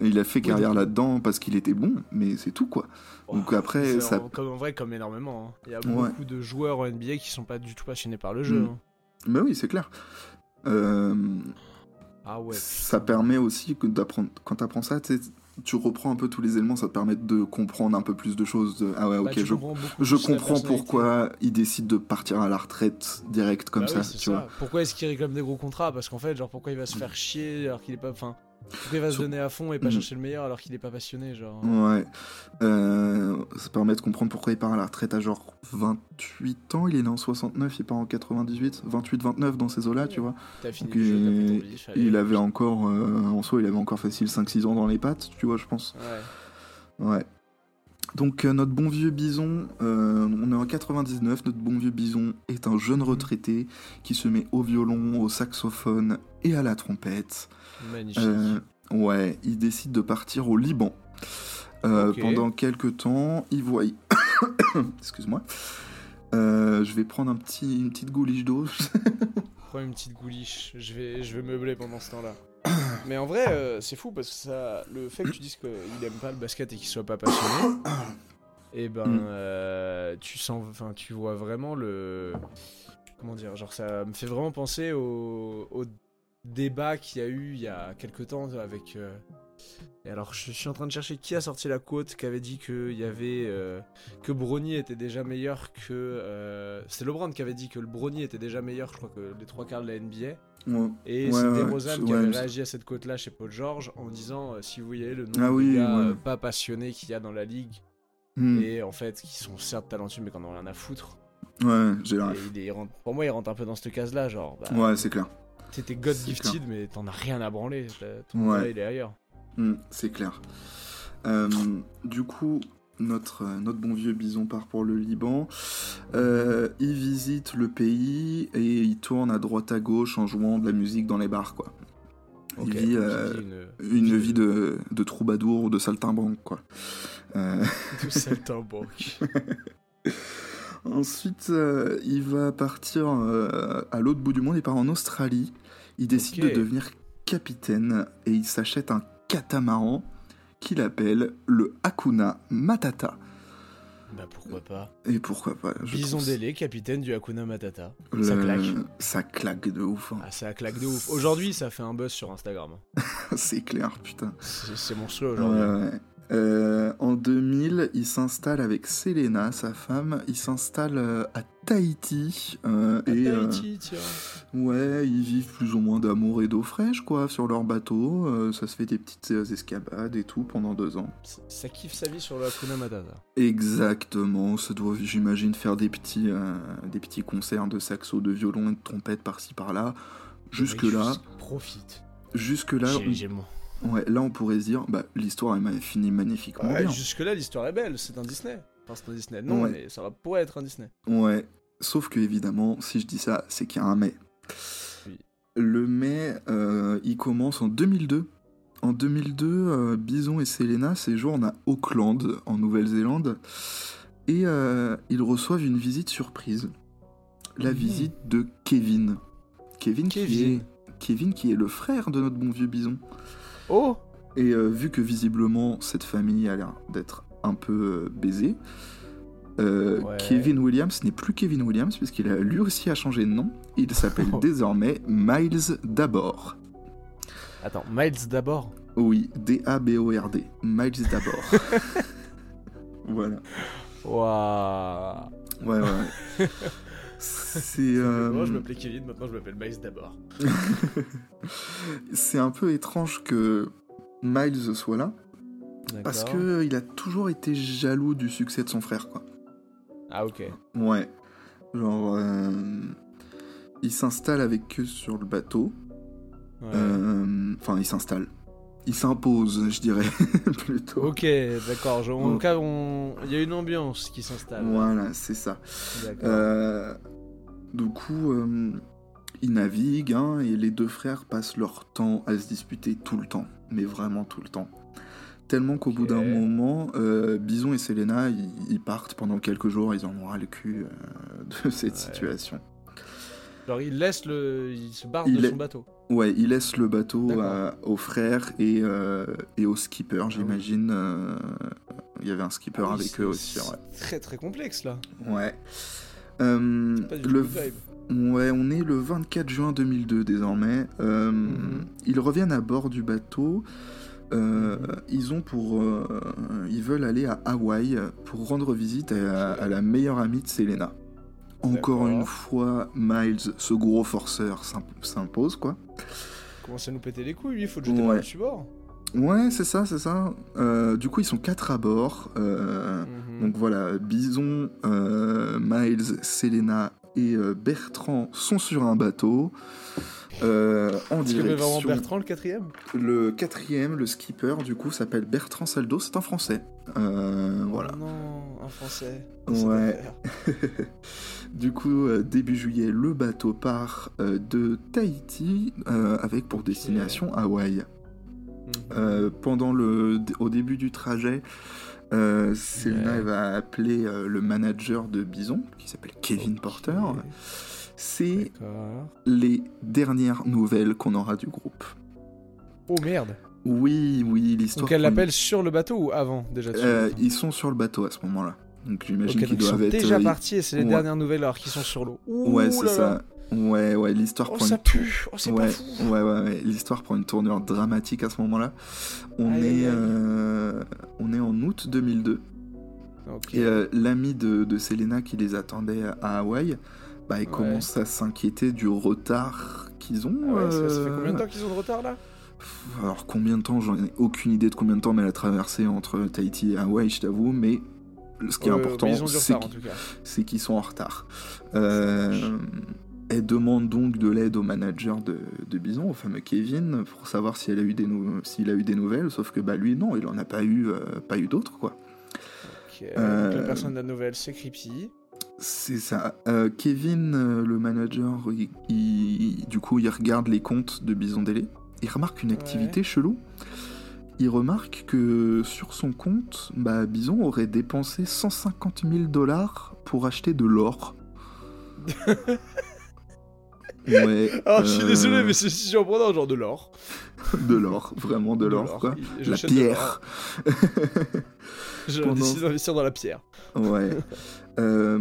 S2: Il a fait carrière
S1: donc-
S2: là-dedans parce qu'il était bon, mais c'est tout quoi.
S1: Oh,
S2: donc après,
S1: c'est
S2: ça-
S1: en- Comme en vrai, comme énormément. hein. Il y a
S2: Ouais.
S1: beaucoup de joueurs en NBA qui sont pas du tout passionnés par le jeu.
S2: Mm.
S1: hein.
S2: Mais oui, c'est clair. Euh,
S1: Ah ouais.
S2: ça permet aussi que d'apprendre. Quand t'apprends ça, tu sais, tu reprends un peu tous les éléments, ça te permet de comprendre un peu plus de choses. de, ah ouais,
S1: Bah,
S2: ok,
S1: tu
S2: je
S1: comprends beaucoup
S2: Je
S1: plus la
S2: comprends
S1: personnalité.
S2: pourquoi il décide de partir à la retraite direct comme
S1: Bah
S2: ça,
S1: oui, c'est
S2: tu vois. Mm.
S1: Pourquoi est-ce qu'il réclame des gros contrats Parce qu'en fait, genre, pourquoi il va se faire chier alors qu'il est pas. Enfin, pourquoi il va se
S2: Sur-
S1: donner à fond et pas
S2: Mhm.
S1: chercher le meilleur alors qu'il est pas passionné, genre. hein.
S2: Ouais. Euh, ça permet de comprendre pourquoi il part à la retraite à genre 28 ans. Il est né en 69, il part en 98, 28-29 dans ces eaux-là, tu vois.
S1: T'as fini
S2: Donc,
S1: le jeu, t'as
S2: il-
S1: pris ton bif, allez.
S2: Il avait encore, euh, en soi, il avait encore facile 5-6 ans dans les pattes, tu vois, je pense.
S1: Ouais.
S2: Ouais. Donc euh, notre bon vieux Bison, euh, on est en 99, notre bon vieux Bison est un jeune retraité qui se met au violon, au saxophone et à la trompette.
S1: Magnifique.
S2: Euh, ouais, il décide de partir au Liban. Euh,
S1: Ok.
S2: Pendant quelques temps, il *coughs* voit... Excuse-moi. Euh, je vais prendre un petit, une petite gouliche d'eau. *coughs*
S1: Prends une petite gouliche, je vais, je vais meubler pendant ce temps-là. *coughs* Mais en vrai, euh, c'est fou parce que ça, le fait que tu dises qu'il aime pas le basket et qu'il soit pas passionné, et ben,
S2: Mm.
S1: euh, tu sens, enfin, tu vois vraiment le, comment dire, genre ça me fait vraiment penser au, au débat qu'il y a eu il y a quelques temps avec. euh, et alors, je suis en train de chercher qui a sorti la quote qui avait dit qu'il y avait euh, que Brony était déjà meilleur que. euh, c'est LeBron qui avait dit que le Brony était déjà meilleur, je crois, que les trois quarts de la NBA.
S2: Ouais.
S1: Et
S2: Ouais,
S1: c'est
S2: ouais,
S1: DeRozan
S2: c'est-
S1: qui
S2: ouais,
S1: avait
S2: c'est-
S1: réagi à cette côte-là chez Paul George en disant euh, si vous voyez le nombre
S2: Ah
S1: de
S2: oui,
S1: gars
S2: ouais.
S1: euh, pas passionnés qu'il y a dans la ligue
S2: Hmm.
S1: et en fait qui sont certes talentueux mais qu'en ont rien à foutre.
S2: Ouais, j'ai la
S1: Et
S2: ref.
S1: il est- il rentre- pour moi, il rentre un peu dans cette case-là, genre bah,
S2: Ouais, c'est clair.
S1: t'étais God
S2: c'est
S1: gifted mais t'en as rien à branler. t'as- Ton
S2: Ouais.
S1: gars, il est ailleurs.
S2: Hmm, c'est clair. Euh, du coup, notre, euh, notre bon vieux bison part pour le Liban. Euh, il visite le pays et il tourne à droite à gauche en jouant de la musique dans les bars, quoi.
S1: Ok.
S2: Il vit euh,
S1: J'ai dit une-
S2: une vie de, de troubadour ou de saltimbanque, quoi. Euh, *laughs*
S1: *laughs* de saltimbanque.
S2: ensuite, euh, il va partir euh, à l'autre bout du monde. Il part en Australie. Il décide
S1: Ok.
S2: de devenir capitaine et il s'achète un catamaran qu'il appelle le Hakuna Matata.
S1: bah pourquoi pas.
S2: Et pourquoi pas je
S1: Bison
S2: trouve
S1: Délé, capitaine du Hakuna Matata.
S2: le-
S1: ça claque.
S2: Ça claque de ouf, hein. *laughs*
S1: Ah, ça claque de ouf. Aujourd'hui, ça fait un buzz sur Instagram. hein.
S2: c'est clair, putain.
S1: C'est c'est monstrueux aujourd'hui.
S2: Ouais, ouais. Euh, en 2000, il s'installe avec Selena, sa femme. Il s'installe euh, à Tahiti. euh, et, euh,
S1: Tahiti, tiens.
S2: ouais, ils vivent plus ou moins d'amour et d'eau fraîche, quoi, sur leur bateau. Euh, ça se fait des petites euh, escapades et tout pendant deux ans.
S1: Ça, ça kiffe sa vie sur le Hakuna Matata.
S2: Exactement, ça doit, j'imagine, faire des petits, euh, des petits concerts de saxo, de violon et de trompette par-ci par-là. Jusque-là,
S1: Juste Profite.
S2: jusque-là, on-
S1: Légèrement.
S2: Ouais, là on pourrait se dire, bah, l'histoire elle m'a fini magnifiquement bien.
S1: Jusque-là, l'histoire est belle. C'est un Disney. Enfin, c'est un Disney. Non,
S2: Ouais.
S1: mais ça va- pourrait être un Disney.
S2: Ouais, sauf que évidemment, si je dis ça, c'est qu'il y a un mais.
S1: Oui.
S2: Le mais, euh, il commence en 2002. En 2002, euh, Bison et Selena séjournent à Auckland, en Nouvelle-Zélande, et euh, ils reçoivent une visite surprise. La
S1: Mhm.
S2: visite de Kevin. Kevin, Qui
S1: Kevin.
S2: est, Kevin qui est le frère de notre bon vieux Bison.
S1: Oh
S2: Et euh, vu que visiblement cette famille a l'air d'être un peu euh, baisée, euh,
S1: Ouais.
S2: Kevin Williams n'est plus Kevin Williams puisqu'il a lui aussi a changé de nom. Il
S1: *laughs*
S2: s'appelle désormais Miles Dabord.
S1: Attends, Miles d'abord.
S2: Oui, D-A-B-O-R-D. Miles
S1: *laughs*
S2: Dabord. voilà.
S1: Waouh.
S2: Ouais, ouais. ouais. C'est euh,
S1: Moi, je m'appelais Kevin, maintenant je m'appelle Miles d'abord.
S2: c'est un peu étrange que Miles soit là parce que euh, il a toujours été jaloux du succès de son frère, quoi.
S1: Ah, ok.
S2: Ouais. Genre, euh, il s'installe avec eux sur le bateau.
S1: Ouais.
S2: Euh, Enfin, il s'installe. Il s'impose, je dirais, *laughs* plutôt.
S1: Ok, d'accord. je- En
S2: Bon.
S1: tout cas, on- il y a une ambiance qui s'installe.
S2: Voilà, c'est ça.
S1: D'accord.
S2: Euh, du coup, euh, il navigue, hein, et les deux frères passent leur temps à se disputer tout le temps. Mais vraiment tout le temps. Tellement qu'au bout
S1: Ok.
S2: d'un moment, euh, Bison et Selena, ils, ils partent pendant quelques jours, ils en ont ras le cul euh, *laughs* de cette
S1: Ouais.
S2: situation.
S1: Genre, il laisse le. Il se barre
S2: Il
S1: de
S2: est-
S1: son bateau.
S2: Ouais, il laisse le bateau
S1: D'accord. Ah
S2: à- aux frères et, euh, et au skipper,
S1: oui.
S2: j'imagine. euh, Il y avait un skipper
S1: Oui,
S2: avec
S1: c'est-
S2: eux aussi.
S1: c'est Très très complexe là.
S2: Ouais. ouais. Euh,
S1: Pas du tout
S2: le
S1: good vibe.
S2: ouais, on est le 24 juin 2002 désormais. Euh,
S1: Mhm.
S2: Ils reviennent à bord du bateau. Euh,
S1: Mhm.
S2: Ils ont pour, euh, ils veulent aller à Hawaï pour rendre visite à, à la meilleure amie de Selena. Encore
S1: D'accord.
S2: une fois, Miles, ce gros forceur, s'imp- s'impose quoi.
S1: commence à nous péter les couilles, lui, il faut le jeter
S2: Ouais.
S1: par dessus bord.
S2: Ouais, c'est ça, c'est ça. Euh, du coup, ils sont quatre à bord. Euh,
S1: Mhm.
S2: Donc voilà, Bison, euh, Miles, Selena et euh, Bertrand sont sur un bateau. Euh, en
S1: Est-ce que c'est vraiment
S2: direction.
S1: Bertrand le quatrième
S2: Le quatrième, le skipper, du coup, s'appelle Bertrand Saldo, c'est un français. Euh, voilà.
S1: Oh non, un français. C'est
S2: Ouais.
S1: pas fair.
S2: Du coup, euh, début juillet, le bateau part euh, de Tahiti euh, avec pour destination Hawaï.
S1: Mhm.
S2: Euh, pendant le, au début du trajet, euh, Selena
S1: Ouais.
S2: elle va appeler euh, le manager de Bison, qui s'appelle Kevin
S1: Ok.
S2: Porter. C'est
S1: D'accord.
S2: les dernières nouvelles qu'on aura du groupe.
S1: Oh merde.
S2: Oui, oui, l'histoire.
S1: Donc elle
S2: qu'on-
S1: l'appelle sur le bateau ou avant déjà sur le
S2: Euh,
S1: bateau
S2: Ils sont sur le bateau à ce moment-là. Donc
S1: Ok,
S2: j'imagine
S1: donc
S2: qu'ils
S1: ils sont
S2: doivent être.
S1: déjà
S2: euh, ils-
S1: partis et c'est les
S2: ouais.
S1: dernières nouvelles alors qu'ils sont sur l'eau. Ouh
S2: Ouais, c'est
S1: là là.
S2: ça. Ouais, ouais, l'histoire
S1: Oh
S2: prend
S1: ça
S2: une tou-
S1: pue. Oh c'est
S2: ouais,
S1: pas fou.
S2: ouais, ouais, ouais. L'histoire prend une tournure dramatique à ce moment-là. On
S1: Aïe, aïe,
S2: est,
S1: aïe.
S2: euh, on est en août 2002
S1: Ok.
S2: et euh, l'ami de, de Selena qui les attendait à Hawaï, bah, il
S1: Ouais.
S2: commence à s'inquiéter du retard qu'ils ont.
S1: Ah ouais, ça, ça fait
S2: euh,
S1: combien de temps qu'ils ont de retard là
S2: Pff, Alors combien de temps J'en ai aucune idée de combien de temps, mais la traversée entre Tahiti et Hawaï, je t'avoue, mais ce qui est
S1: Euh,
S2: important,
S1: mais Ils ont du
S2: c'est
S1: retard en
S2: qu'ils
S1: tout cas.
S2: c'est qu'ils sont en retard. Euh, elle demande donc de l'aide au manager de, de Bison, au fameux Kevin, pour savoir si elle a eu des nou- s'il a eu des nouvelles, sauf que bah lui non, il en a pas eu, euh, pas eu d'autres quoi.
S1: Ok,
S2: Euh,
S1: donc La personne de la nouvelle c'est creepy.
S2: C'est ça. Euh, Kevin, euh, le manager, il- il- du coup, il regarde les comptes de Bison Délé. Il remarque une activité chelou. Il remarque que sur son compte, bah, Bison aurait dépensé 150 000 dollars pour acheter de
S1: *laughs*
S2: l'or. ouais.
S1: Alors Ah, je suis
S2: euh,
S1: désolé mais c'est surprenant genre de l'or.
S2: De l'or, vraiment de, l'or, quoi.
S1: Il-
S2: La
S1: j'achète de
S2: pierre.
S1: l'or.
S2: *laughs*
S1: Je
S2: Pendant-
S1: décide d'investir dans la pierre.
S2: Ouais. *laughs* Euh,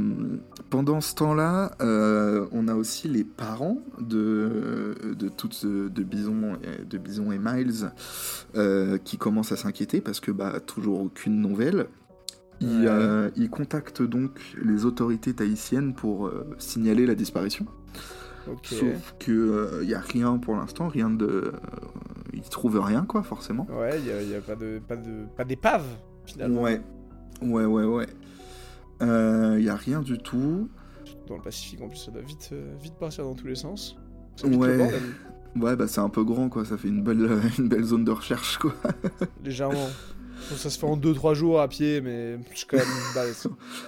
S2: pendant ce temps-là, euh, on a aussi les parents de, de, toutes, de, Bison, et- de Bison et Miles euh, qui commencent à s'inquiéter parce que bah, toujours aucune nouvelle. Ils,
S1: Ouais.
S2: euh, ils contactent donc les autorités tahitiennes pour euh, signaler la disparition.
S1: Ok.
S2: Sauf qu'il n'y a rien pour l'instant, rien de. euh, ils trouvent rien, quoi, forcément.
S1: Ouais, il y a, y a pas de pas de pas d'épave finalement
S2: Ouais. Ouais, ouais, ouais. Il n'y a rien du tout.
S1: dans le Pacifique en plus ça doit vite euh, vite partir dans tous les sens. Ça pique le
S2: Ouais.
S1: bordel,
S2: *laughs* Ouais, bah c'est un peu grand quoi, ça fait une belle, *laughs* une belle zone de recherche quoi.
S1: légèrement. Bon, ça se fait en 2-3 jours à pied mais je quand même
S2: *laughs*
S1: balèze.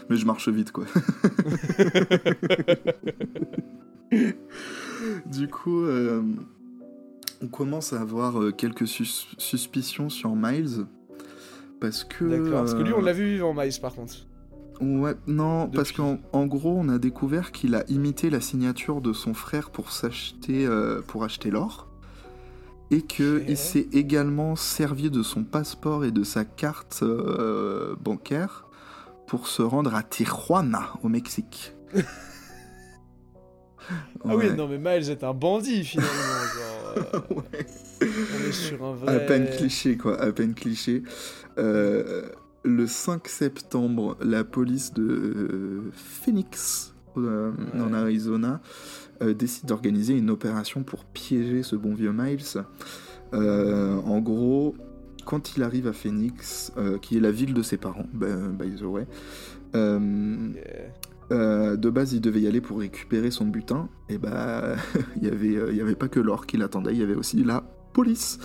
S2: Mais je marche vite quoi. *laughs* du coup, euh, on commence à avoir euh, quelques sus- suspicions sur Miles. Parce que.
S1: D'accord. Parce que lui
S2: euh,
S1: on l'a vu vivant Miles par contre.
S2: Ouais, non, parce
S1: Depuis.
S2: qu'en en gros, on a découvert qu'il a imité la signature de son frère pour s'acheter, euh, pour acheter l'or, et que
S1: Ok.
S2: il s'est également servi de son passeport et de sa carte euh, bancaire pour se rendre à Tijuana, au Mexique.
S1: *laughs* Ah oui,
S2: Ouais.
S1: non mais Miles est un bandit finalement. genre, euh,
S2: *laughs* Ouais.
S1: on est sur un vrai.
S2: À peine cliché, quoi, à peine cliché. Euh, le 5 septembre, la police de euh, Phoenix, euh,
S1: Ouais.
S2: en Arizona, euh, décide d'organiser une opération pour piéger ce bon vieux Miles. Euh, en gros, quand il arrive à Phoenix, euh, qui est la ville de ses parents, ben, by the way, euh,
S1: Yeah.
S2: euh, de base, il devait y aller pour récupérer son butin. Et bah, *laughs* il y avait, euh, il y avait pas que l'or qui l'attendait, il y avait aussi la police.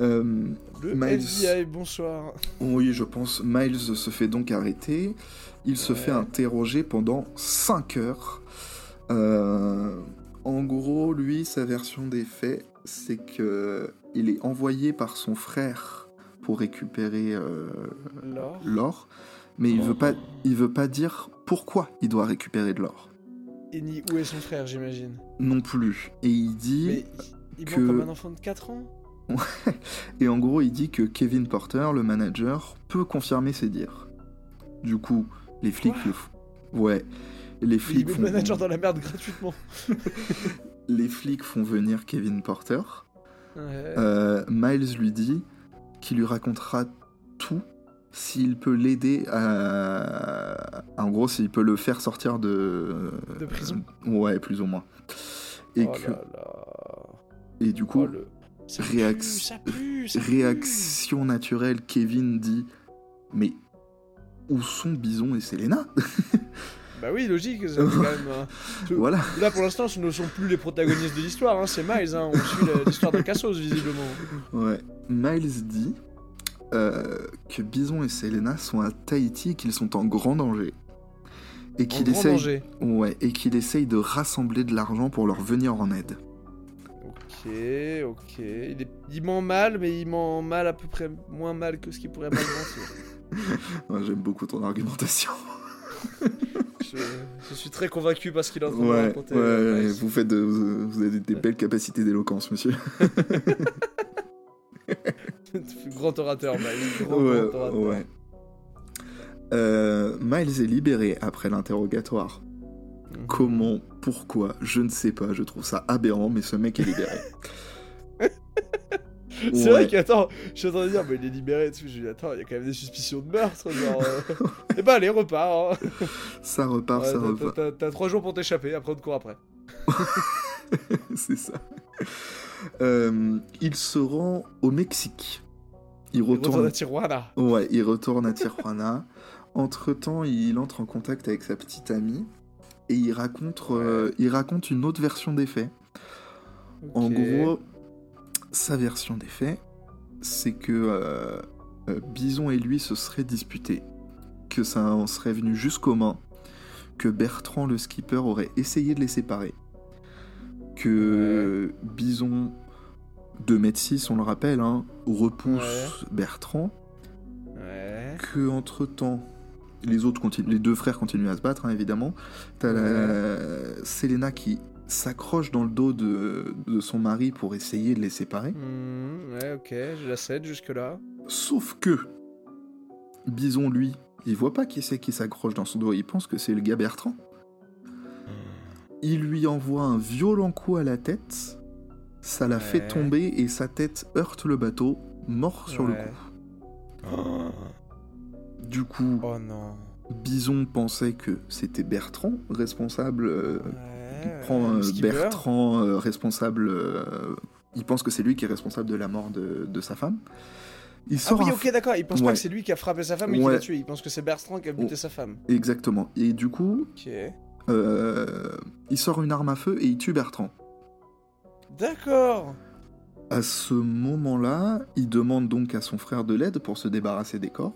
S2: Euh,
S1: Le
S2: Miles.
S1: FBI, bonsoir.
S2: oui, je pense, Miles se fait donc arrêter. Il se
S1: Ouais.
S2: fait interroger pendant 5 heures. Euh, en gros, lui, sa version des faits, c'est que il est envoyé par son frère pour récupérer euh,
S1: L'or.
S2: l'or, mais il
S1: Oh.
S2: veut pas, il veut pas dire pourquoi il doit récupérer de l'or.
S1: Et ni où est son frère, j'imagine.
S2: non plus. Et il
S1: Mais
S2: dit,
S1: il
S2: que-
S1: manque comme un enfant de 4 ans.
S2: et en gros, il dit que Kevin Porter, le manager, peut confirmer ses dires. Du coup, les flics
S1: Quoi
S2: le font. Ouais. Les
S1: Il
S2: flics,
S1: met
S2: font...
S1: le manager dans la merde gratuitement.
S2: les flics font venir Kevin Porter.
S1: Ouais.
S2: Euh, Miles lui dit qu'il lui racontera tout s'il peut l'aider à. En gros, s'il peut le faire sortir de.
S1: De prison
S2: Ouais, plus ou moins. Et,
S1: oh
S2: que...
S1: là là.
S2: et du coup,
S1: Oh, le- Ça pue,
S2: réac-
S1: ça pue, ça pue.
S2: Réaction naturelle,
S1: *laughs*
S2: Kevin dit Mais où sont Bison et Selena
S1: Bah oui, logique. ça fait quand même, hein.
S2: *laughs* Voilà.
S1: Là, pour l'instant, ce ne sont plus les protagonistes de l'histoire. hein, C'est Miles. hein, On suit la- l'histoire de Cassos, visiblement.
S2: Ouais. Miles dit euh, que Bison et Selena sont à Tahiti et qu'ils sont en grand danger. Et
S1: En
S2: qu'il
S1: grand
S2: essaye,
S1: danger.
S2: ouais, et qu'il essaye de rassembler de l'argent pour leur venir en aide.
S1: Ok, ok. Il, est- il ment mal, mais il ment mal à peu près moins mal que ce qu'il pourrait mal
S2: *laughs*
S1: mentir.
S2: Ouais, J'aime beaucoup ton
S1: *laughs*
S2: argumentation.
S1: Je, je suis très convaincu parce qu'il est en train de
S2: Ouais,
S1: raconter.
S2: ouais, ouais,
S1: Miles.
S2: vous, faites de- vous, vous avez des belles capacités d'éloquence, monsieur.
S1: *laughs* grand orateur, Miles. Grand,
S2: Ouais,
S1: grand orateur.
S2: ouais. Euh, Miles est libéré après l'interrogatoire.
S1: Mhm.
S2: Comment, pourquoi, je ne sais pas, je trouve ça aberrant, mais ce mec est libéré.
S1: *laughs* C'est
S2: Ouais.
S1: vrai qu'attends, je suis en train de dire, mais il est libéré et tout. Je dis, attends, il y a quand même des suspicions de meurtre. Genre,
S2: *laughs*
S1: et bah, allez, repars. hein.
S2: Ça repart,
S1: Ouais,
S2: ça
S1: t'as-
S2: repart.
S1: t'as- T'as trois jours pour t'échapper, après on te court après.
S2: *laughs* C'est ça. Euh, il se rend au Mexique. Il
S1: On retourne à
S2: retourne,
S1: Tijuana.
S2: ouais, il retourne
S1: *laughs*
S2: à Tijuana. Entre-temps, il entre en contact avec sa petite amie et il raconte, euh, il raconte une autre version des faits. En
S1: Ok.
S2: gros, sa version des faits, c'est que euh, euh, Bison et lui se seraient disputés, que ça en serait venu jusqu'aux mains, que Bertrand le skipper aurait essayé de les séparer, que Bison, 2 m 6 on le rappelle, hein, repousse
S1: Ouais.
S2: Bertrand,
S1: Ouais.
S2: que entre temps les autres continuent, les deux frères continuent à se battre hein, évidemment. T'as la Selena qui s'accroche dans le dos de, de son mari pour essayer de les séparer.
S1: Hmm, ouais, ok, je la cède jusque-là.
S2: Sauf que Bison lui, il voit pas qui c'est qui s'accroche dans son dos, il pense que c'est le gars Bertrand.
S1: Hmm.
S2: Il lui envoie un violent coup à la tête, ça la fait
S1: Ouais.
S2: tomber et sa tête heurte le bateau, mort sur le
S1: Ouais.
S2: coup.
S1: Oh,
S2: Du coup,
S1: non.
S2: Bison pensait que c'était Bertrand responsable euh, Il
S1: Ouais,
S2: prend
S1: le
S2: euh,
S1: Ah, skipper.
S2: Bertrand euh, responsable. euh, il pense que c'est lui qui est responsable de la mort de, de sa femme. Il
S1: Ah
S2: sort
S1: oui,
S2: un-
S1: ok, d'accord. Il pense pas
S2: Ouais.
S1: que c'est lui qui a frappé sa femme et qui
S2: Ouais. Oh.
S1: l'a tué. Il pense que c'est Bertrand qui a buté sa femme.
S2: exactement. Et du coup,
S1: Ok.
S2: euh, il sort une arme à feu et il tue Bertrand.
S1: D'accord.
S2: À ce moment-là, il demande donc à son frère de l'aide pour se débarrasser des corps.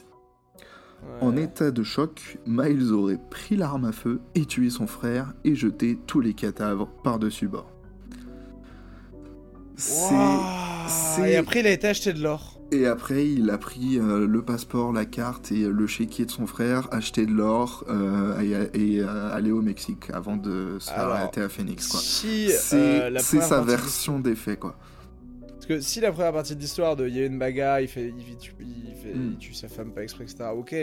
S2: En
S1: Ouais.
S2: état de choc, Miles aurait pris l'arme à feu et tué son frère et jeté tous les cadavres par-dessus bord. C'est
S1: Ouah.
S2: c'est-
S1: Et après, il a été acheté de l'or.
S2: Et après, il a pris euh, le passeport, la carte et euh, le chéquier de son frère, acheté de l'or euh, et, et, euh, aller au Mexique avant de se faire
S1: Alors,
S2: arrêter à Phoenix. Quoi.
S1: Si euh,
S2: C'est
S1: la
S2: c'est
S1: première
S2: sa
S1: partie-
S2: version des faits, quoi.
S1: Parce que si la première partie de l'histoire de il y a une bagarre, il fait, il tue, il fait-
S2: Hmm.
S1: il tue sa femme pas exprès, etc. Ok.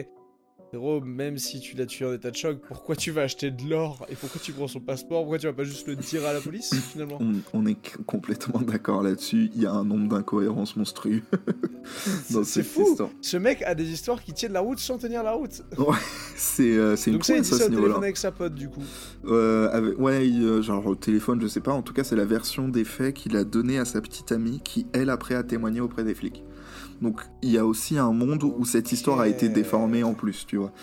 S1: Héros, même si tu l'as tué en état de choc, pourquoi tu vas acheter de l'or Et pourquoi tu prends son passeport Pourquoi tu vas pas juste le dire à la police
S2: *laughs*
S1: finalement
S2: On, on est c- complètement d'accord là-dessus. Il y a un nombre d'incohérences monstrueux *laughs* dans
S1: C'est c'est
S2: cette
S1: fou
S2: histoire.
S1: Ce mec a des histoires qui tiennent la route sans tenir la route
S2: C'est euh, c'est une
S1: Donc ça, il
S2: prouesse
S1: dit
S2: à
S1: ça
S2: ce
S1: au téléphone
S2: niveau-là.
S1: avec sa pote du coup.
S2: Euh, avec- ouais, il, euh, genre au téléphone, je sais pas. En tout cas, c'est la version des faits qu'il a donnée à sa petite amie, qui elle après a témoigné auprès des flics. Donc il y a aussi un monde où cette histoire a été
S1: Ok.
S2: déformée en plus, tu vois.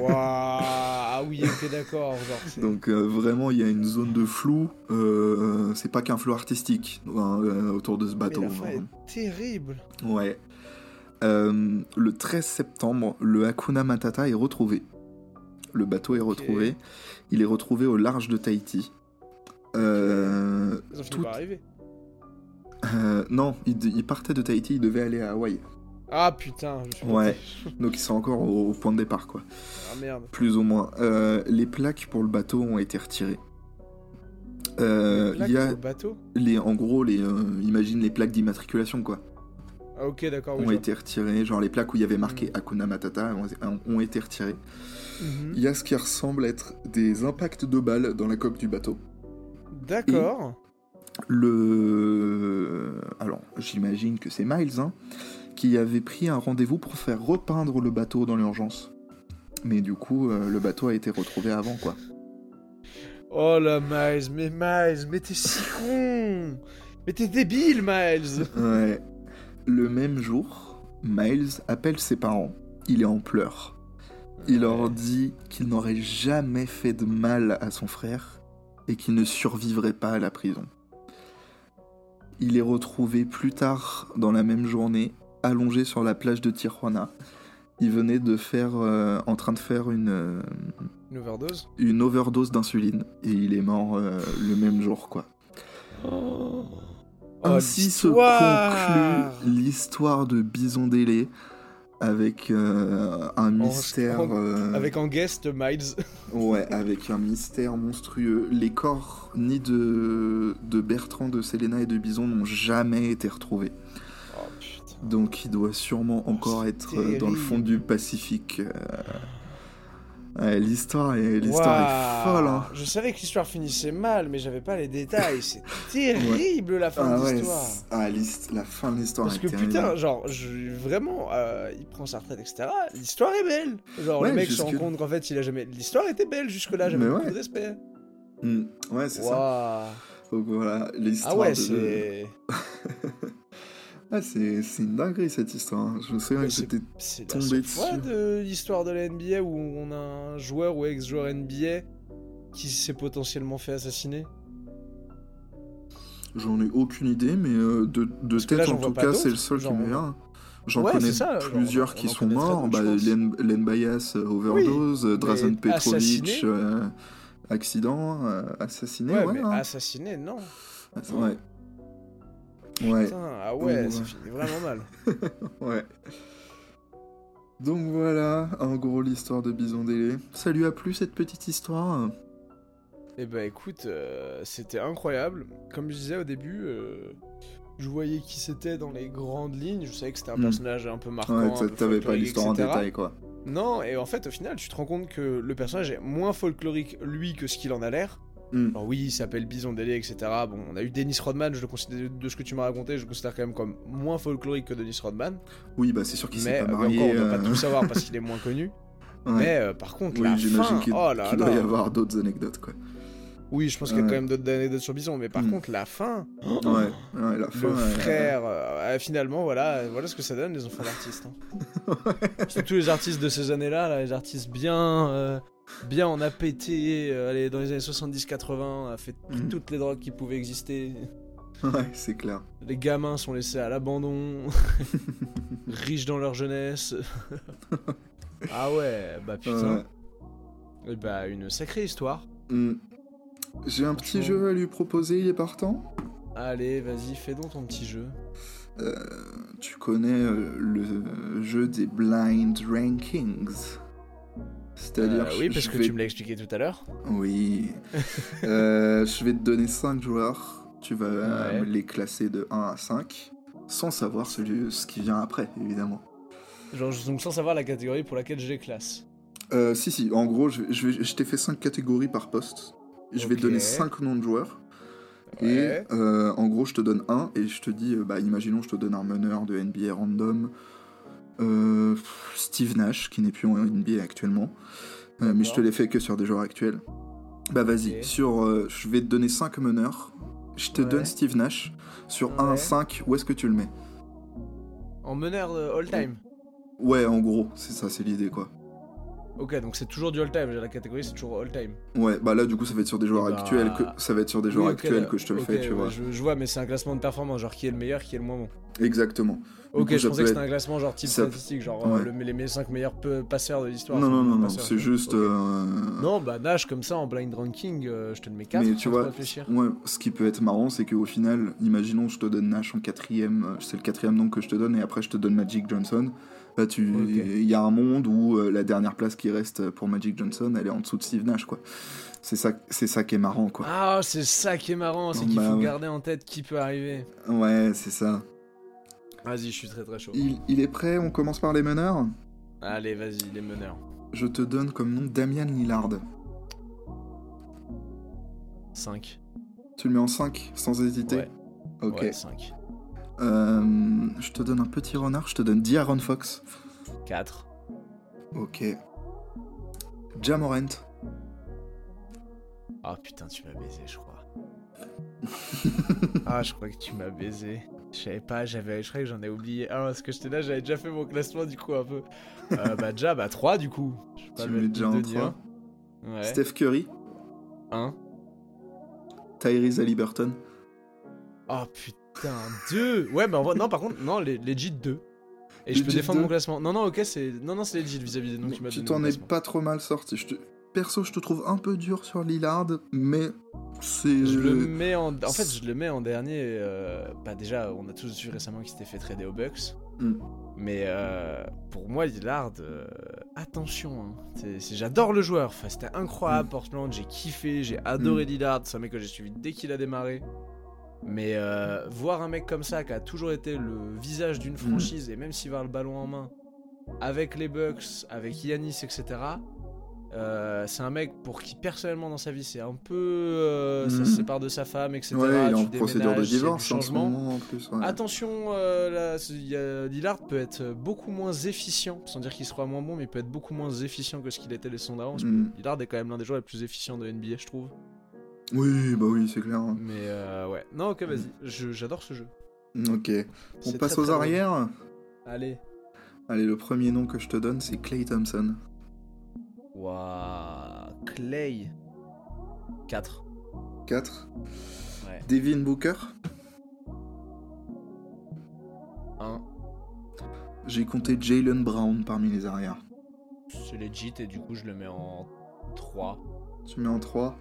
S1: Waouh Ah oui, ok, d'accord. genre, c'est-
S2: Donc euh, vraiment, il y a une zone de flou. euh, c'est pas qu'un flou artistique hein, euh, autour de ce
S1: Mais
S2: bateau.
S1: la fin
S2: genre.
S1: est terrible
S2: Ouais. Euh, le 13 septembre, le Hakuna Matata est retrouvé. Le bateau est retrouvé. Il est retrouvé au large de Tahiti. Euh,
S1: Ils ont fini
S2: Tout-
S1: par arriver.
S2: Euh, non, il, de- il partait de Tahiti, il devait aller à Hawaï.
S1: Ah putain, je suis
S2: Ouais.
S1: planté.
S2: Donc ils sont encore au, au point de départ, quoi.
S1: Ah merde.
S2: Plus ou moins. Euh, les plaques pour le bateau ont été retirées. Euh,
S1: Plaque
S2: il y a
S1: au bateau
S2: les, en gros, les, euh, imagine les plaques d'immatriculation, quoi.
S1: Ah ok, d'accord.
S2: ont
S1: Oui, Mm.
S2: été retirées, genre les plaques où il y avait marqué Hakuna Matata ont, ont été retirées.
S1: je- Mhm.
S2: Il y a ce qui ressemble être des impacts de balles dans la coque du bateau.
S1: D'accord.
S2: Le. Alors, j'imagine que c'est Miles, hein, qui avait pris un rendez-vous pour faire repeindre le bateau dans l'urgence. Mais du coup, euh, le bateau a été retrouvé avant, quoi.
S1: Oh la Miles, mais Miles, mais t'es si con Mais t'es débile, Miles
S2: Ouais. Le même jour, Miles appelle ses parents. Il est en pleurs. Il leur dit qu'il n'aurait jamais fait de mal à son frère et qu'il ne survivrait pas à la prison. Il est retrouvé plus tard dans la même journée, allongé sur la plage de Tijuana. Il venait de faire, euh, en train de faire une, euh,
S1: Une overdose
S2: une overdose d'insuline et il est mort euh, le même jour, quoi. Oh. Ainsi se
S1: Oh, l'histoire
S2: conclut l'histoire de Bison Délé avec euh, un
S1: Oh,
S2: mystère.
S1: en-
S2: euh,
S1: Avec en guest Miles.
S2: Oh, Ouais, avec un mystère monstrueux. Les corps ni de, de Bertrand, de Selena et de Bison n'ont jamais été retrouvés.
S1: Oh putain.
S2: Donc il doit sûrement encore
S1: c'est
S2: être euh, dans le fond du Pacifique. euh. Ouais, l'histoire est, l'histoire est
S1: Waouh.
S2: folle. hein.
S1: Je savais que l'histoire finissait mal, mais j'avais pas les détails. C'est terrible la fin
S2: Ah
S1: de
S2: ouais,
S1: l'histoire.
S2: c'est- ah, l'hist- la fin de l'histoire
S1: Parce
S2: est
S1: que
S2: terrible.
S1: putain, genre, je- vraiment, euh, il prend sa retraite, etc. L'histoire est belle. Genre,
S2: Ouais,
S1: le mec se
S2: jusque-
S1: rend compte qu'en fait, il a jamais. L'histoire était belle jusque-là, j'avais
S2: Mais
S1: beaucoup
S2: ouais.
S1: de respect.
S2: Mm, ouais, c'est ça.
S1: Waouh.
S2: Donc voilà, l'histoire
S1: Ah ouais,
S2: de-
S1: c'est.
S2: Ah, c'est c'est une dinguerie cette histoire. hein. Je me souviens
S1: Mais
S2: que c'était.
S1: C'est la
S2: tombé
S1: seule fois
S2: dessus.
S1: de l'histoire de la NBA où on a un joueur ou ex-joueur NBA qui s'est potentiellement fait assassiner.
S2: J'en ai aucune idée, mais euh, de, de
S1: Parce que là,
S2: tête en
S1: j'en vois
S2: tout
S1: pas
S2: cas, c'est
S1: d'autres,
S2: le seul qui
S1: genre,
S2: me
S1: on-
S2: vient. J'en
S1: Ouais,
S2: connais
S1: c'est ça, genre,
S2: plusieurs
S1: on
S2: qui
S1: en
S2: sont
S1: connaît très
S2: morts.
S1: peu,
S2: Bah,
S1: je pense.
S2: Len, Len Bias, euh, overdose, euh, Drazen
S1: mais
S2: Petrovic,
S1: assassiné
S2: euh, accident, euh, assassiné,
S1: ouais,
S2: ouais.
S1: mais
S2: hein.
S1: assassiné, non.
S2: ouais. Ouais,
S1: Putain, ah ouais,
S2: Ouh.
S1: ça finit vraiment mal.
S2: ouais. Donc voilà, en gros, l'histoire de Bison Délé. Ça lui a plu cette petite histoire
S1: Eh ben écoute, euh, c'était incroyable. Comme je disais au début, euh, je voyais qui c'était dans les grandes lignes. Je savais que c'était un
S2: Mm.
S1: personnage un peu marquant.
S2: Ouais,
S1: un
S2: t'a-
S1: peu
S2: t'avais pas
S1: folklorique,
S2: l'histoire en
S1: etc..
S2: détail, quoi.
S1: Non, et en fait, au final, tu te rends compte que le personnage est moins folklorique, lui, que ce qu'il en a l'air.
S2: Mm.
S1: Alors oui, il s'appelle Bison Délé, etc. Bon, on a eu Dennis Rodman, je le considère, de ce que tu m'as raconté, je le considère quand même comme moins folklorique que Dennis Rodman.
S2: Oui, bah c'est sûr qu'il
S1: mais
S2: s'est pas
S1: euh,
S2: marié.
S1: encore, on ne doit pas
S2: euh,
S1: tout savoir parce qu'il est moins connu.
S2: *laughs* ouais.
S1: Mais euh, par contre,
S2: Oui,
S1: la
S2: j'imagine
S1: fin,
S2: qu'il
S1: oh là
S2: qu'il doit y
S1: là.
S2: avoir d'autres anecdotes, quoi.
S1: Oui, je pense qu'il y a
S2: Ouais.
S1: quand même d'autres anecdotes sur Bison, mais par
S2: Mm.
S1: contre, la fin.
S2: Ouais, ouais, la fin.
S1: Oh, Le
S2: elle-
S1: frère, euh, euh, finalement, voilà, euh, voilà ce que ça donne les enfants d'artistes. hein.
S2: *laughs*
S1: Surtout les artistes de ces années-là, là, les artistes bien, euh, bien en appété, euh, allez, dans les années 70-80, a fait
S2: Mhm.
S1: toutes les drogues qui pouvaient exister.
S2: Ouais, c'est clair.
S1: Les gamins sont laissés
S2: *laughs*
S1: à l'abandon, riches dans leur jeunesse. ah ouais, bah putain,
S2: Ouais.
S1: Et bah une sacrée histoire.
S2: Hmm. J'ai un petit
S1: Franchement.
S2: jeu à lui proposer, il est partant
S1: Allez, vas-y, fais donc ton petit jeu.
S2: Euh, Tu connais euh, le jeu des blind rankings C'est-à-dire.
S1: Euh,
S2: je-
S1: oui, parce
S2: je
S1: que
S2: vais-
S1: tu me l'as expliqué tout à l'heure. *laughs*
S2: Oui. Euh, je vais te donner 5 joueurs, tu vas euh,
S1: Ouais.
S2: les classer de 1 à 5, sans savoir celui... ce qui vient après, évidemment.
S1: Genre, donc sans savoir la catégorie pour laquelle je les classe.
S2: Euh, si, si, en gros, je, je vais- je t'ai fait 5 catégories par poste. Je vais te
S1: Ok.
S2: donner 5 noms de joueurs.
S1: Ouais.
S2: Et euh, en gros, je te donne un et je te dis, euh, bah, imaginons, je te donne un meneur de NBA random, euh, pff, Steve Nash, qui n'est plus en NBA actuellement, Euh, mais je te
S1: D'accord.
S2: l'ai fait que sur des joueurs actuels. Bah, vas-y,
S1: Ok.
S2: sur, euh, je vais te donner 5 meneurs. Je te
S1: Ouais.
S2: donne Steve Nash. Sur 1 à
S1: Ouais.
S2: 5, où est-ce que tu le mets
S1: En meneur euh, de all-time.
S2: Ouais, en gros, c'est ça, c'est l'idée, quoi.
S1: Ok, donc c'est toujours du all-time. La catégorie, c'est toujours all-time.
S2: Ouais, bah là, du coup, ça va être sur des joueurs
S1: Eh ben,
S2: actuels que, ça va être sur des joueurs
S1: Oui, ok,
S2: actuels
S1: là.
S2: que je te le
S1: Ok,
S2: fais, tu
S1: ouais,
S2: vois.
S1: Je, je vois, mais c'est un classement de performance, genre qui est le meilleur, qui est le moins bon.
S2: Exactement.
S1: Ok,
S2: coup,
S1: je
S2: ça
S1: pensais
S2: peut
S1: que
S2: être-
S1: c'était un classement genre type
S2: ça peut-
S1: statistique, genre euh,
S2: ouais.
S1: le- les, 5 meilleurs peu- passeurs de l'histoire.
S2: non,
S1: c'est
S2: non,
S1: le
S2: non, non,
S1: passeur,
S2: c'est
S1: quoi.
S2: juste.
S1: Ok.
S2: euh,
S1: Non, bah Nash, comme ça, en blind ranking, euh, je te le mets 4.
S2: mais tu vois,
S1: Réfléchir.
S2: ouais, ce qui peut être marrant, c'est qu'au final, imaginons, je te donne Nash en quatrième, euh, c'est le quatrième nom que je te donne, et après je te donne Magic Johnson. Là, tu,
S1: Ok.
S2: il y a un monde où euh, la dernière place qui reste pour Magic Johnson, elle est en dessous de Steve Nash, quoi. C'est ça, c'est ça qui est marrant, quoi.
S1: Ah, c'est ça qui est marrant, c'est
S2: Non,
S1: qu'il
S2: bah,
S1: faut
S2: ouais.
S1: garder en tête qui peut arriver.
S2: Ouais, c'est ça.
S1: Vas-y, je suis très très chaud.
S2: Il, il est prêt. On commence par les meneurs.
S1: Allez, vas-y, les meneurs.
S2: Je te donne comme nom Damian Lillard.
S1: 5.
S2: Tu le mets en 5 sans hésiter.
S1: Ouais,
S2: ok.
S1: ouais, 5.
S2: Euh, je te donne un petit renard. Je te donne D'Aaron Fox.
S1: 4.
S2: Ok. Jamorant. *laughs*
S1: Ah putain, tu m'as baisé, je crois. ah, je crois que tu m'as baisé. Je savais pas, j'avais, je crois que j'en ai oublié un parce que j'étais là, j'avais déjà fait mon classement du coup un peu. Euh, bah déjà, bah 3 du coup. Je sais pas
S2: Tu
S1: le
S2: me mets
S1: mettre
S2: déjà
S1: ni
S2: en
S1: deux ni un.
S2: 3.
S1: Ouais.
S2: Steph Curry,
S1: Un.
S2: Tyrese Haliburton.
S1: Oh putain, 2 Ouais, bah en vrai- non, par contre, non, les legit 2. Et je peux
S2: Legit
S1: défendre
S2: deux.
S1: mon classement. Non, non, ok, c'est. Non, non, c'est legit vis-à-vis des noms que
S2: Mais
S1: tu m'as
S2: tu
S1: donné.
S2: t'en es pas trop mal sorti. Je te... Perso, je te trouve un peu dur sur Lillard, mais c'est.
S1: Je le mets en. En fait, je le mets en dernier. euh, Bah, déjà, on a tous vu récemment qu'il s'était fait trader aux Bucks.
S2: Mm.
S1: Mais euh, pour moi, Lillard, euh, attention. hein. C'est- c'est- J'adore le joueur. Enfin, C'était incroyable,
S2: Mm.
S1: Portland. J'ai kiffé, j'ai adoré Lillard. C'est un mec que j'ai suivi dès qu'il a démarré. Mais euh, voir un mec comme ça, qui a toujours été le visage d'une franchise, et même s'il va le ballon en main, avec les Bucks, avec Yanis, etc. euh, c'est un mec pour qui personnellement dans sa vie c'est un peu euh, ça
S2: Mhm.
S1: se sépare de sa femme etc.
S2: Ouais, il est
S1: tu
S2: en procédure de
S1: déménages, c'est du
S2: divorce en ce
S1: changement.
S2: moment en plus. ouais.
S1: Attention, euh, là, c'est- il y a- Lillard peut être beaucoup moins efficient, sans dire qu'il sera moins bon, mais il peut être beaucoup moins efficient que ce qu'il était les saisons d'avant. parce que
S2: Mm.
S1: Lillard est quand même l'un des joueurs les plus efficients de NBA, je trouve.
S2: Oui, bah oui, c'est clair.
S1: Mais euh, ouais, non, ok, vas-y, Je- j'adore ce jeu.
S2: Ok. Mm. On
S1: C'est
S2: passe
S1: très,
S2: aux
S1: très bon.
S2: arrières.
S1: Allez.
S2: Allez, le premier nom que je te donne, c'est Clay Thompson.
S1: Waouh, Clay. 4.
S2: 4.
S1: Ouais.
S2: Devin Booker.
S1: 1.
S2: J'ai compté Jalen Brown parmi les arrières.
S1: C'est legit et du coup, je le mets en 3.
S2: Tu mets en 3.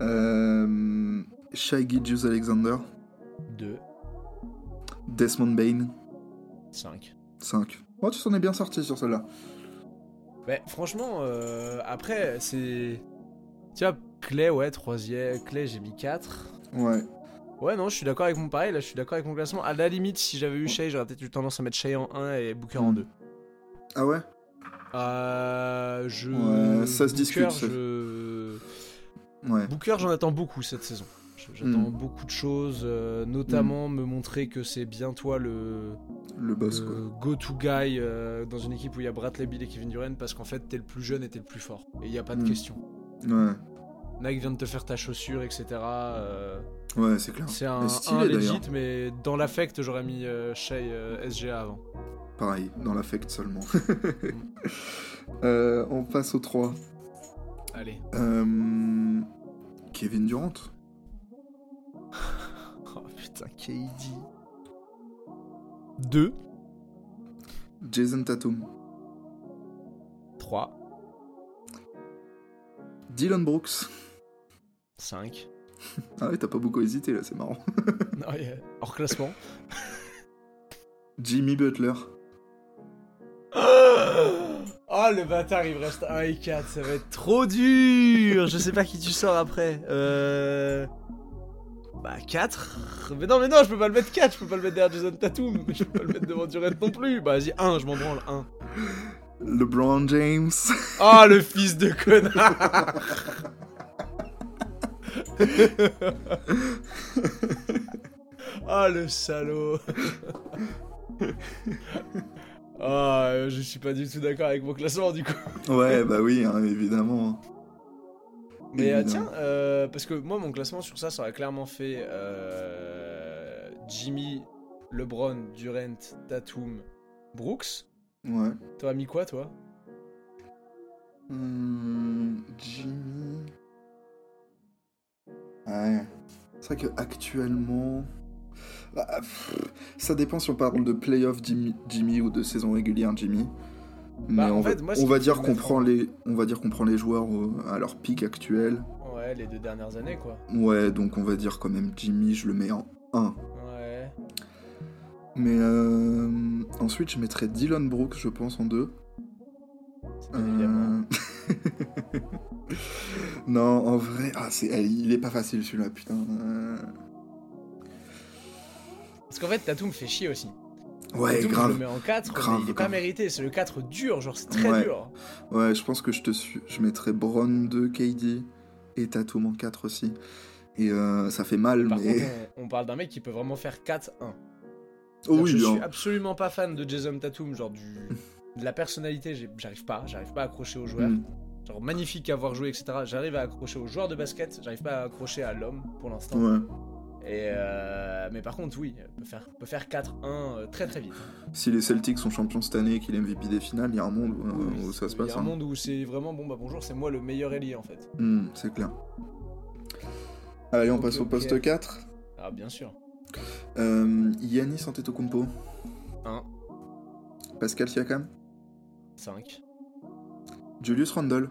S2: Euh, Shai Gilgeous Alexander.
S1: 2.
S2: Desmond Bain.
S1: 5.
S2: 5. Oh, tu s'en es bien sorti sur celle-là.
S1: Ouais, franchement, euh, après, c'est. Tu vois, Clay, ouais, 3 Clay, j'ai mis 4.
S2: Ouais.
S1: Ouais, non, je suis d'accord avec mon pareil, là, je suis d'accord avec mon classement. À la limite, si j'avais eu Shay, j'aurais peut-être eu tendance à mettre Shay en 1 et Booker
S2: Hmm.
S1: en 2.
S2: Ah ouais
S1: Euh, je...
S2: Ouais, ça se discute,
S1: Booker,
S2: ça.
S1: je...
S2: Ouais. Hmm.
S1: Booker, j'en attends beaucoup cette saison. Je- J'attends beaucoup de choses, euh, notamment me montrer que c'est bien toi le,
S2: Le boss, quoi.
S1: le go-to guy euh, dans une équipe où il y a Bradley Bill et Kevin Durant parce qu'en fait, t'es le plus jeune et t'es le plus fort. Et il n'y a pas de
S2: Mm.
S1: question.
S2: Ouais.
S1: Nike vient de te faire ta chaussure, etc. euh,
S2: Ouais, c'est clair.
S1: c'est un,
S2: Ah, Mais
S1: un
S2: stylé, d'ailleurs.
S1: legit, mais dans l'affect, j'aurais mis euh, Shai euh, SGA avant.
S2: Pareil, dans l'affect seulement. Euh, on passe aux 3.
S1: Allez.
S2: *laughs* Kevin Durant.
S1: Oh putain, KD. 2,
S2: Jason Tatum.
S1: 3,
S2: Dylan Brooks.
S1: *laughs* 5.
S2: Ah ouais, t'as pas beaucoup hésité là, c'est marrant. *laughs*
S1: Hors classement.
S2: Jimmy Butler.
S1: *laughs* Oh le bâtard, il me reste 1 et 4, ça va être trop dur. Je sais pas qui tu sors après. Euh. Bah 4. Mais non, mais non, je peux pas le mettre 4, je peux pas le mettre derrière Jason Tatum, mais je peux pas le mettre devant Durant non plus. Bah vas-y, 1, je m'en branle, 1.
S2: LeBron James.
S1: Oh le fils de connard Ah le salaud Ah euh, je suis pas du tout d'accord avec mon classement du coup
S2: ouais, bah oui, hein, évidemment.
S1: Mais euh,
S2: Évidemment.
S1: tiens euh, parce que moi mon classement sur ça ça aurait clairement fait euh, Jimmy, LeBron, Durant, Tatum, Brooks.
S2: hein. Ouais.
S1: T'aurais mis quoi toi
S2: Hmm, Jimmy. Ouais. C'est vrai que actuellement. Bah, pff, ça dépend si on parle de playoff Jimmy, Jimmy ou de saison régulière Jimmy. Mais
S1: Bah, en
S2: on, va,
S1: fait, moi, ce
S2: on
S1: qui
S2: va
S1: me
S2: dire
S1: fait
S2: qu'on
S1: mettre en-
S2: prend les, on va dire qu'on prend les joueurs au- à leur pic actuel.
S1: Ouais les deux dernières années quoi.
S2: Ouais, donc on va dire quand même Jimmy, je le mets en 1.
S1: Ouais.
S2: Mais euh, ensuite, je mettrais Dylan Brooks, je pense, en 2.
S1: C'est
S2: Euh.
S1: bien évidemment.
S2: *laughs* non, en vrai, ah, c'est, eh, il est pas facile celui-là, putain. Euh,
S1: Parce qu'en fait, Tatum fait chier aussi.
S2: Ouais,
S1: Tatum, je le
S2: grave.
S1: mets en 4,
S2: Grave,
S1: mais il est pas
S2: grave.
S1: mérité. C'est le 4 dur, genre c'est très
S2: Ouais.
S1: dur.
S2: Ouais, je pense que je te suis. Je mettrais Bron 2, KD et Tatum en 4 aussi. Et euh, ça fait mal,
S1: Par
S2: mais.
S1: contre, on, on parle d'un mec qui peut vraiment faire 4-1.
S2: *laughs* oh
S1: Alors, je
S2: oui,
S1: suis
S2: hein.
S1: absolument pas fan de Jason Tatum, genre du, de la personnalité, j'ai- j'arrive pas, j'arrive pas à accrocher au joueur.
S2: Mm.
S1: Genre magnifique à voir jouer, etc.
S2: Hmm,
S1: J'arrive à accrocher au joueur de basket, j'arrive pas à accrocher à l'homme pour l'instant.
S2: Ouais.
S1: Et euh, mais par contre, oui, peut faire, peut faire 4-1 euh, très très vite.
S2: Si les Celtics sont champions cette année et qu'il est MVP des finales, il y a un monde où,
S1: Oui,
S2: où ça se
S1: Il y
S2: passe.
S1: a un
S2: hein.
S1: monde où c'est vraiment bon, bah bonjour, c'est moi le meilleur ailier en fait.
S2: Hmm, c'est clair. Allez, on
S1: Ok,
S2: passe au
S1: ok.
S2: poste 4.
S1: Ah, bien sûr.
S2: Euh, Yannis Antetokounmpo.
S1: Un.
S2: Pascal Siakam.
S1: 5.
S2: Julius Randle.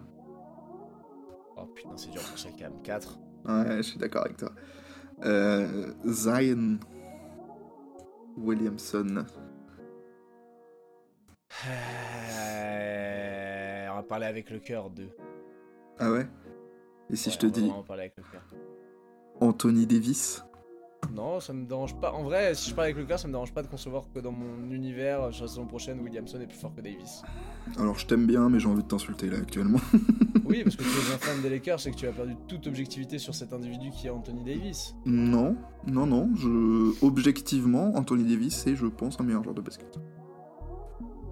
S1: Oh putain, c'est dur pour Siakam. 4.
S2: Ouais, je suis d'accord avec toi. Euh, Zion Williamson.
S1: Euh, on va parler avec le cœur. 2.
S2: Ah ouais Et si je te dis
S1: On va parler avec le cœur.
S2: Anthony Davis
S1: Non, ça me dérange pas. En vrai, si je parle avec le cœur, ça me dérange pas de concevoir que dans mon univers, euh, sur la saison prochaine, Williamson est plus fort que Davis.
S2: Alors je t'aime bien, mais j'ai envie de t'insulter là actuellement. *laughs*
S1: Oui, parce que tu es un fan des Lakers et que tu as perdu toute objectivité sur cet individu qui est Anthony Davis.
S2: Non, non, non. Je... Objectivement, Anthony Davis, c'est, je pense, un meilleur joueur de basket.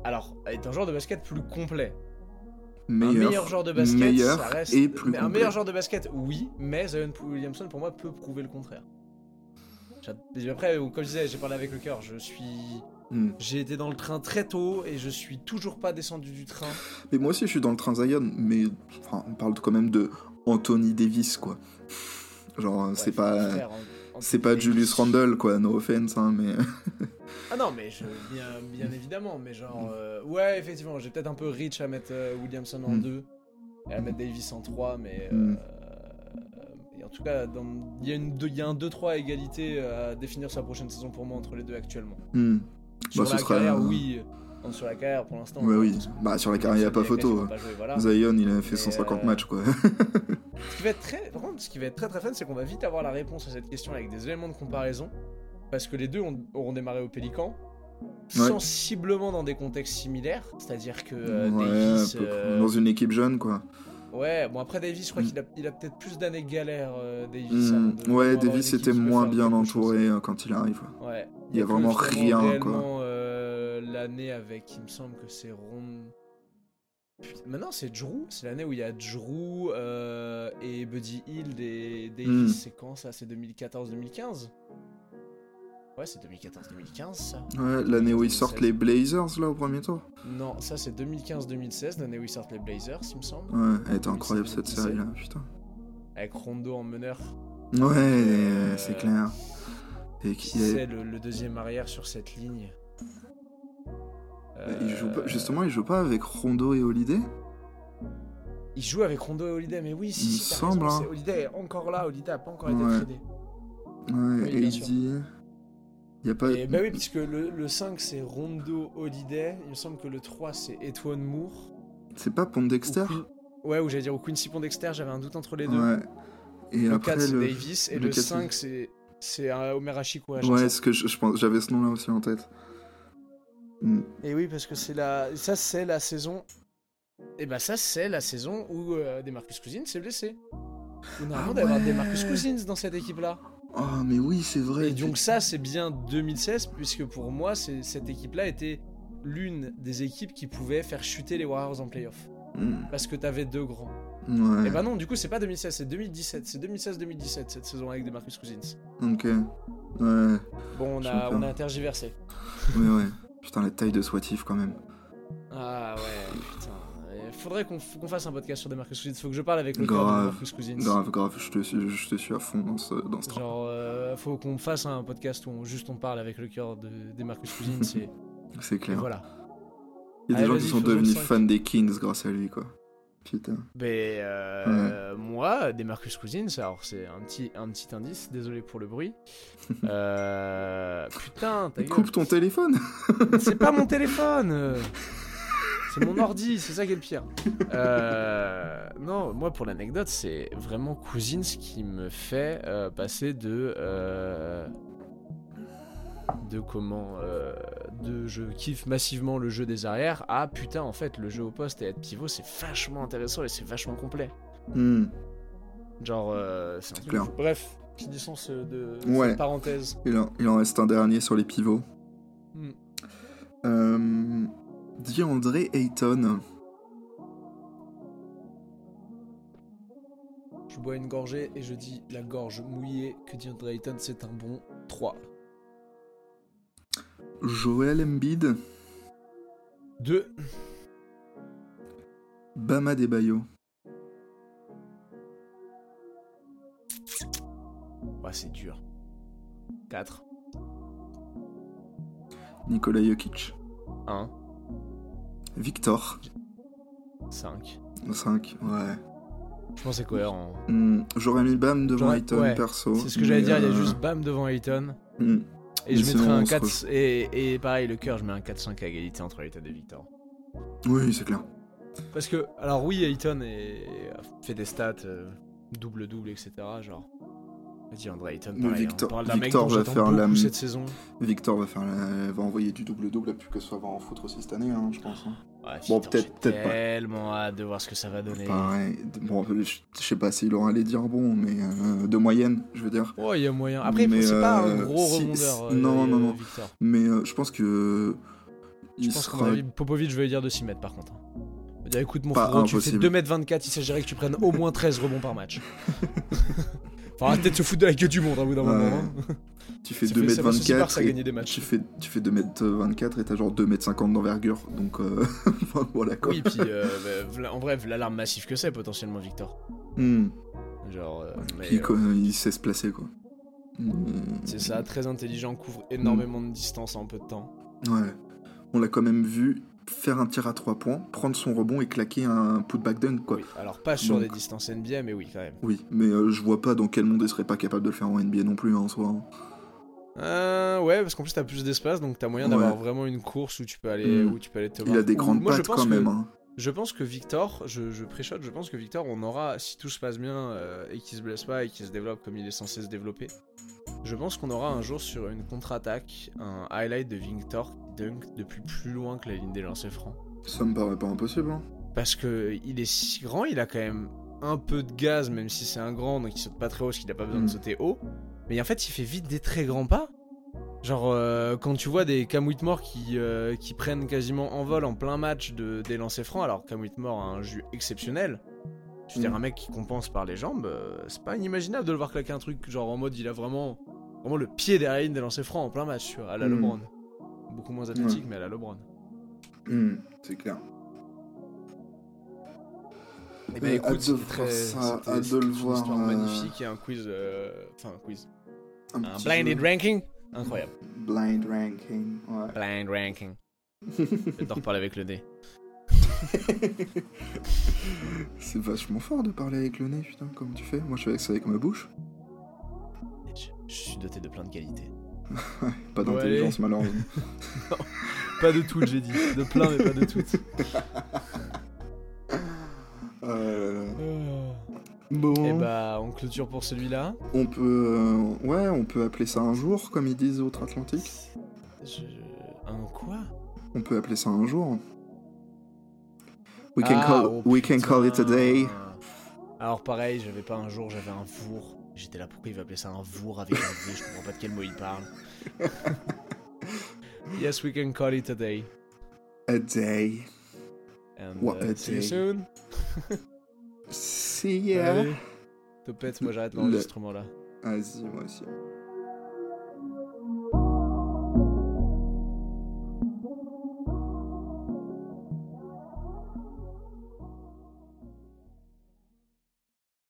S1: Alors, est un joueur de basket plus complet.
S2: Meilleur,
S1: un meilleur joueur de basket,
S2: meilleur
S1: ça reste.
S2: et plus
S1: mais un
S2: complet.
S1: meilleur joueur de basket, oui, mais Zion Williamson, pour moi, peut prouver le contraire. J'a- mais Après, euh, comme je disais, j'ai parlé avec le cœur. Je suis,
S2: Hmm.
S1: j'ai été dans le train très tôt et je suis toujours pas descendu du train.
S2: Mais moi aussi, je suis dans le train Zion, mais enfin, on parle quand même de Anthony Davis, quoi. Genre, c'est
S1: Ouais,
S2: pas...
S1: frère, en- en-
S2: C'est pas
S1: et-
S2: Julius Randle, quoi, no offense, hein, mais... *laughs*
S1: Ah non, mais je, bien, bien évidemment, mais
S2: Mm.
S1: genre, euh, ouais, effectivement, j'ai peut-être un peu rich à mettre euh, Williamson en
S2: Mm.
S1: 2 et à mettre Davis en 3, mais euh,
S2: Mm.
S1: et en tout cas, dans- il y, a une deux- il y a un 2-3 à égalité à définir sur la prochaine saison pour moi entre les deux actuellement.
S2: Hmm.
S1: Sur
S2: ce
S1: la
S2: sera-
S1: carrière, oui, euh, sur la carrière pour l'instant.
S2: Ouais,
S1: euh,
S2: oui.
S1: parce que
S2: Bah, sur la carrière, y a pas
S1: Williamson,
S2: photo.
S1: il a pas joué, voilà.
S2: Zion, il a fait
S1: Mais,
S2: 150
S1: euh,
S2: matchs, quoi.
S1: Ce qui va être très, par contre, ce qui va être très très fun, c'est qu'on va vite avoir la réponse à cette question avec des éléments de comparaison, parce que les deux ont- auront démarré au Pélican, sensiblement dans des contextes similaires, c'est-à-dire que
S2: *laughs*
S1: euh, Davis,
S2: un peu-
S1: euh,
S2: dans une équipe jeune, quoi.
S1: ouais, bon après Davis, je crois
S2: Mm.
S1: qu'il a, il a peut-être plus d'années galères, euh, Davis.
S2: Hmm.
S1: avant de vraiment
S2: Ouais,
S1: avoir
S2: Davis
S1: une équipe
S2: était
S1: qui peut
S2: moins
S1: faire
S2: bien
S1: quelque chose. hein.
S2: entouré euh, quand il arrive. quoi.
S1: Ouais.
S2: Il y a
S1: que
S2: vraiment
S1: justement,
S2: rien, quoi.
S1: réellement, euh, l'année avec, il me semble que c'est Ron. Putain, Maintenant, c'est Drew. C'est l'année où il y a Drew euh, et Buddy Hill et Davis.
S2: Hmm.
S1: C'est quand ça C'est 2014-2015 Ouais, c'est 2014-2015 ça.
S2: Ouais, l'année où ils sortent
S1: 2016.
S2: les Blazers, là, au premier tour.
S1: Non, ça c'est 2015-2016, l'année où ils sortent les Blazers, il me semble.
S2: Ouais, elle était incroyable, cette
S1: 2017.
S2: série, là, putain.
S1: Avec Rondo en meneur.
S2: Ouais,
S1: Euh,
S2: c'est clair. Et
S1: Qui
S2: qui est...
S1: c'est le, le deuxième arrière sur cette ligne
S2: bah, il joue pas-
S1: Euh,
S2: Justement, il joue pas avec Rondo et Holiday
S1: Il joue avec Rondo et Holiday, mais oui, si,
S2: Il me
S1: si, t'as
S2: semble,
S1: raison,
S2: hein.
S1: c'est- Holiday est encore là, Holiday a pas encore été
S2: Ouais.
S1: tradé.
S2: Ouais,
S1: Oui,
S2: et
S1: bien
S2: il
S1: sûr.
S2: dit... Il y a pas...
S1: Et bah oui, puisque le, le 5 c'est Rondo Holiday, il me semble que le 3 c'est Etwan Moore.
S2: C'est pas Pondexter
S1: Ou Quin- Ouais, ou j'allais dire, ou Quincy Pondexter, j'avais un doute entre les deux.
S2: Ouais. Et
S1: le
S2: après,
S1: 4 c'est
S2: le...
S1: Davis, et
S2: le
S1: le,
S2: quatre,
S1: 5 c'est, c'est euh, Omer Ashikwa.
S2: Ouais, ce que je, je pense, j'avais ce nom-là aussi en tête. Hmm.
S1: Et oui, parce que c'est la... ça c'est la saison. Et bah ça c'est la saison où euh, Demarcus Cousins s'est blessé. Ou normalement
S2: Ah
S1: d'avoir
S2: ouais.
S1: Demarcus Cousins dans cette équipe là.
S2: Oh, mais oui, c'est vrai.
S1: Et donc ça, c'est bien 2016, puisque pour moi, c'est- cette équipe-là était l'une des équipes qui pouvait faire chuter les Warriors en playoff.
S2: Hmm.
S1: Parce que t'avais deux grands.
S2: Mmh. Ouais.
S1: Et bah non, du coup, c'est pas 2016, c'est 2017. C'est 2016-2017, cette saison avec des Marcus Cousins.
S2: Ok. Ouais.
S1: Bon, on
S2: Je
S1: a,
S2: comprends.
S1: on a tergiversé.
S2: Ouais, *laughs* ouais. Putain, la taille de Swatif quand même.
S1: Ah ouais, putain. Et Faudrait qu'on f- qu'on fasse un podcast sur des Marcus Cousins. Faut que je parle avec le
S2: Grave.
S1: corps de Marcus Cousins.
S2: Grave, grave, je te, suis- je te suis à fond dans ce, dans ce train.
S1: Genre, euh, faut qu'on fasse un podcast où on, juste on parle avec le cœur de, des Marcus Cousins.
S2: *laughs*
S1: et-
S2: C'est
S1: et
S2: clair.
S1: voilà.
S2: Il y a des
S1: Allez,
S2: gens qui
S1: vas-y,
S2: sont
S1: faisons le
S2: devenus
S1: cinq.
S2: fans des Kings grâce à lui, quoi. Putain.
S1: Ben, euh, moi, des Marcus Cousins, alors c'est un petit, un petit indice, désolé pour le bruit. Euh, putain, ta gueule.
S2: Coupe ton
S1: *laughs*
S2: téléphone
S1: C'est pas mon téléphone euh. C'est mon ordi, c'est ça qui est le pire. Euh, non, moi pour l'anecdote, c'est vraiment Cousins qui me fait euh, passer de. euh, de comment. euh, de je kiffe massivement le jeu des arrières à putain, en fait, le jeu au poste et être pivot, c'est vachement intéressant et c'est vachement complet.
S2: Hmm.
S1: Genre, euh, c'est un truc
S2: clair.
S1: de fou. Bref, petite licence de
S2: Ouais.
S1: cette parenthèse.
S2: il, en, il en reste un dernier sur les pivots.
S1: Hmm.
S2: Euh... DeAndre Ayton.
S1: Je bois une gorgée et je dis la gorge mouillée que dit Drayton, c'est un bon 3.
S2: Joel Embiid,
S1: Deux.
S2: Bama Debayo.
S1: Ouais, c'est dur. 4.
S2: Nikola Jokic,
S1: 1.
S2: Victor,
S1: 5.
S2: 5, ouais.
S1: Je pense que c'est cohérent.
S2: Hmm, J'aurais mis Bam devant
S1: J'aurais-
S2: Ayton
S1: ouais,
S2: perso.
S1: C'est ce que j'allais
S2: mais,
S1: dire, il y a
S2: euh,
S1: juste Bam devant Ayton.
S2: hmm, Mais
S1: Et je
S2: sinon,
S1: mettrais un
S2: on se
S1: 4. Et, et pareil, le cœur, je mets un 4-5 à égalité entre Ayton et Victor.
S2: Oui, c'est clair.
S1: Parce que, alors oui, Ayton est- fait des stats euh, double-double, etc. Genre. Vas-y, André Ayton,
S2: Mais
S1: pareil, hein.
S2: Victor-
S1: on parle d'un mec
S2: Victor
S1: dont
S2: va
S1: j'attends
S2: faire
S1: beaucoup
S2: la-
S1: cette saison.
S2: Victor va, faire la- va envoyer du double-double, plus que ce soit va en foutre aussi cette année, hein, je pense. hein.
S1: Ouais,
S2: Bon,
S1: putain,
S2: peut-être-
S1: j'ai
S2: peut-être pas.
S1: tellement hâte de voir ce que ça va donner.
S2: Pareil, bon, je je sais pas s'il aura les dire bon, mais euh, de moyenne, je veux dire.
S1: Oh, il y a moyen. Après,
S2: Mais,
S1: c'est pas un
S2: euh,
S1: gros
S2: si-
S1: rebondeur.
S2: si-
S1: euh,
S2: non, non, non.
S1: Victor.
S2: Mais euh, je pense que.
S1: Je
S2: il
S1: pense qu'on
S2: sera
S1: a vu- Popovic, je vais lui dire de 6 mètres par contre. Je vais dire, écoute, mon
S2: Pas
S1: frérot, tu fais
S2: impossible.
S1: 2m24, il s'agirait que tu prennes au moins 13 rebonds
S2: *laughs*
S1: par match. enfin, arrêtez de se foutre de la gueule du monde à bout d'un
S2: Ouais.
S1: moment. hein.
S2: Tu fais
S1: Ça fait- ça passe aussi par ça,
S2: 2m24 et
S1: gagner des matchs.
S2: tu fais, tu fais 2m24 et t'as genre 2m50 d'envergure. Donc euh, *laughs* enfin, voilà quoi.
S1: Oui, puis euh, bah, v'là- en bref, l'alarme massive que c'est potentiellement Victor.
S2: Hmm.
S1: Genre, euh, mais,
S2: Puis,
S1: euh,
S2: quoi, il sait se placer quoi. Hmm.
S1: c'est ça, très intelligent, couvre
S2: Mm.
S1: énormément de distance en peu de temps.
S2: Ouais. On l'a quand même vu faire un tir à 3 points, prendre son rebond et claquer un putback dunk quoi.
S1: Oui, alors pas sur
S2: Donc-
S1: des distances NBA, mais oui, quand même.
S2: Oui, mais euh, je vois pas dans quel monde il serait pas capable de le faire en NBA non plus hein, en soi. hein.
S1: Euh, ouais, parce qu'en plus t'as plus d'espace, donc t'as moyen
S2: Ouais.
S1: d'avoir vraiment une course où tu peux aller,
S2: Mm.
S1: où tu peux aller te
S2: Il a des
S1: Ou-
S2: grandes
S1: moi, je
S2: pattes
S1: pense
S2: quand
S1: que-
S2: même. hein.
S1: Je pense que Victor, je, je préchote, je pense que Victor, on aura, si tout se passe bien euh, et qu'il se blesse pas et qu'il se développe comme il est censé se développer, je pense qu'on aura un jour sur une contre-attaque un highlight de Victor qui dunk depuis plus loin que la ligne des lancers francs.
S2: Ça me paraît pas impossible. hein.
S1: Parce que il est si grand, il a quand même un peu de gaz, même si c'est un grand, donc il saute pas très haut parce qu'il a pas besoin de
S2: Mm.
S1: sauter haut. Mais en fait, il fait vite des très grands pas. Genre, euh, quand tu vois des Cam Whitmore qui, euh, qui prennent quasiment en vol en plein match de, des lancers francs, alors Cam Whitmore a un jus exceptionnel. Je veux dire,
S2: Mm.
S1: un mec qui compense par les jambes, euh, c'est pas inimaginable de le voir claquer un truc, genre en mode il a vraiment, vraiment le pied derrière la ligne des lancers francs en plein match, tu vois, à la
S2: Mm.
S1: LeBron. Beaucoup moins athlétique, mais à la LeBron.
S2: Hmm, c'est clair.
S1: Eh
S2: Mais hâte ben, de voir ça,
S1: c'était-
S2: hâte de le
S1: une
S2: voir,
S1: histoire
S2: euh,
S1: magnifique et un quiz. euh, Enfin, un quiz.
S2: Un,
S1: Un
S2: petit
S1: blinded
S2: jeu.
S1: ranking Incroyable.
S2: Blind ranking, ouais.
S1: Blind ranking. J'adore parler avec le nez.
S2: *laughs* c'est vachement fort de parler avec le nez, putain, comment tu fais Moi je fais ça avec ma bouche.
S1: Je, je suis doté de plein de qualités.
S2: Pas
S1: Bon,
S2: d'intelligence malheureusement.
S1: Pas de toutes, j'ai dit. De plein, mais pas de *laughs* toutes.
S2: Euh, bon,
S1: Et bah, on clôture pour celui-là.
S2: on peut, euh, ouais, on peut appeler ça un jour, comme ils disent outre-Atlantique.
S1: Je... Un quoi
S2: On peut appeler ça un jour. We can
S1: Ah,
S2: call,
S1: oh,
S2: we can call it a day.
S1: Putain. Ah. Alors, pareil, j'avais pas un jour, j'avais un vour. J'étais là, pourquoi il va appeler ça un vour avec un V Je comprends pas de quel mot il
S2: *laughs*
S1: parle. yes, we can call it a day.
S2: A day.
S1: And,
S2: What
S1: uh,
S2: a
S1: see you
S2: day.
S1: soon.
S2: See ya.
S1: Allez. Topette, moi j'arrête
S2: Le-
S1: l'enregistrement là.
S2: Vas-y, moi aussi.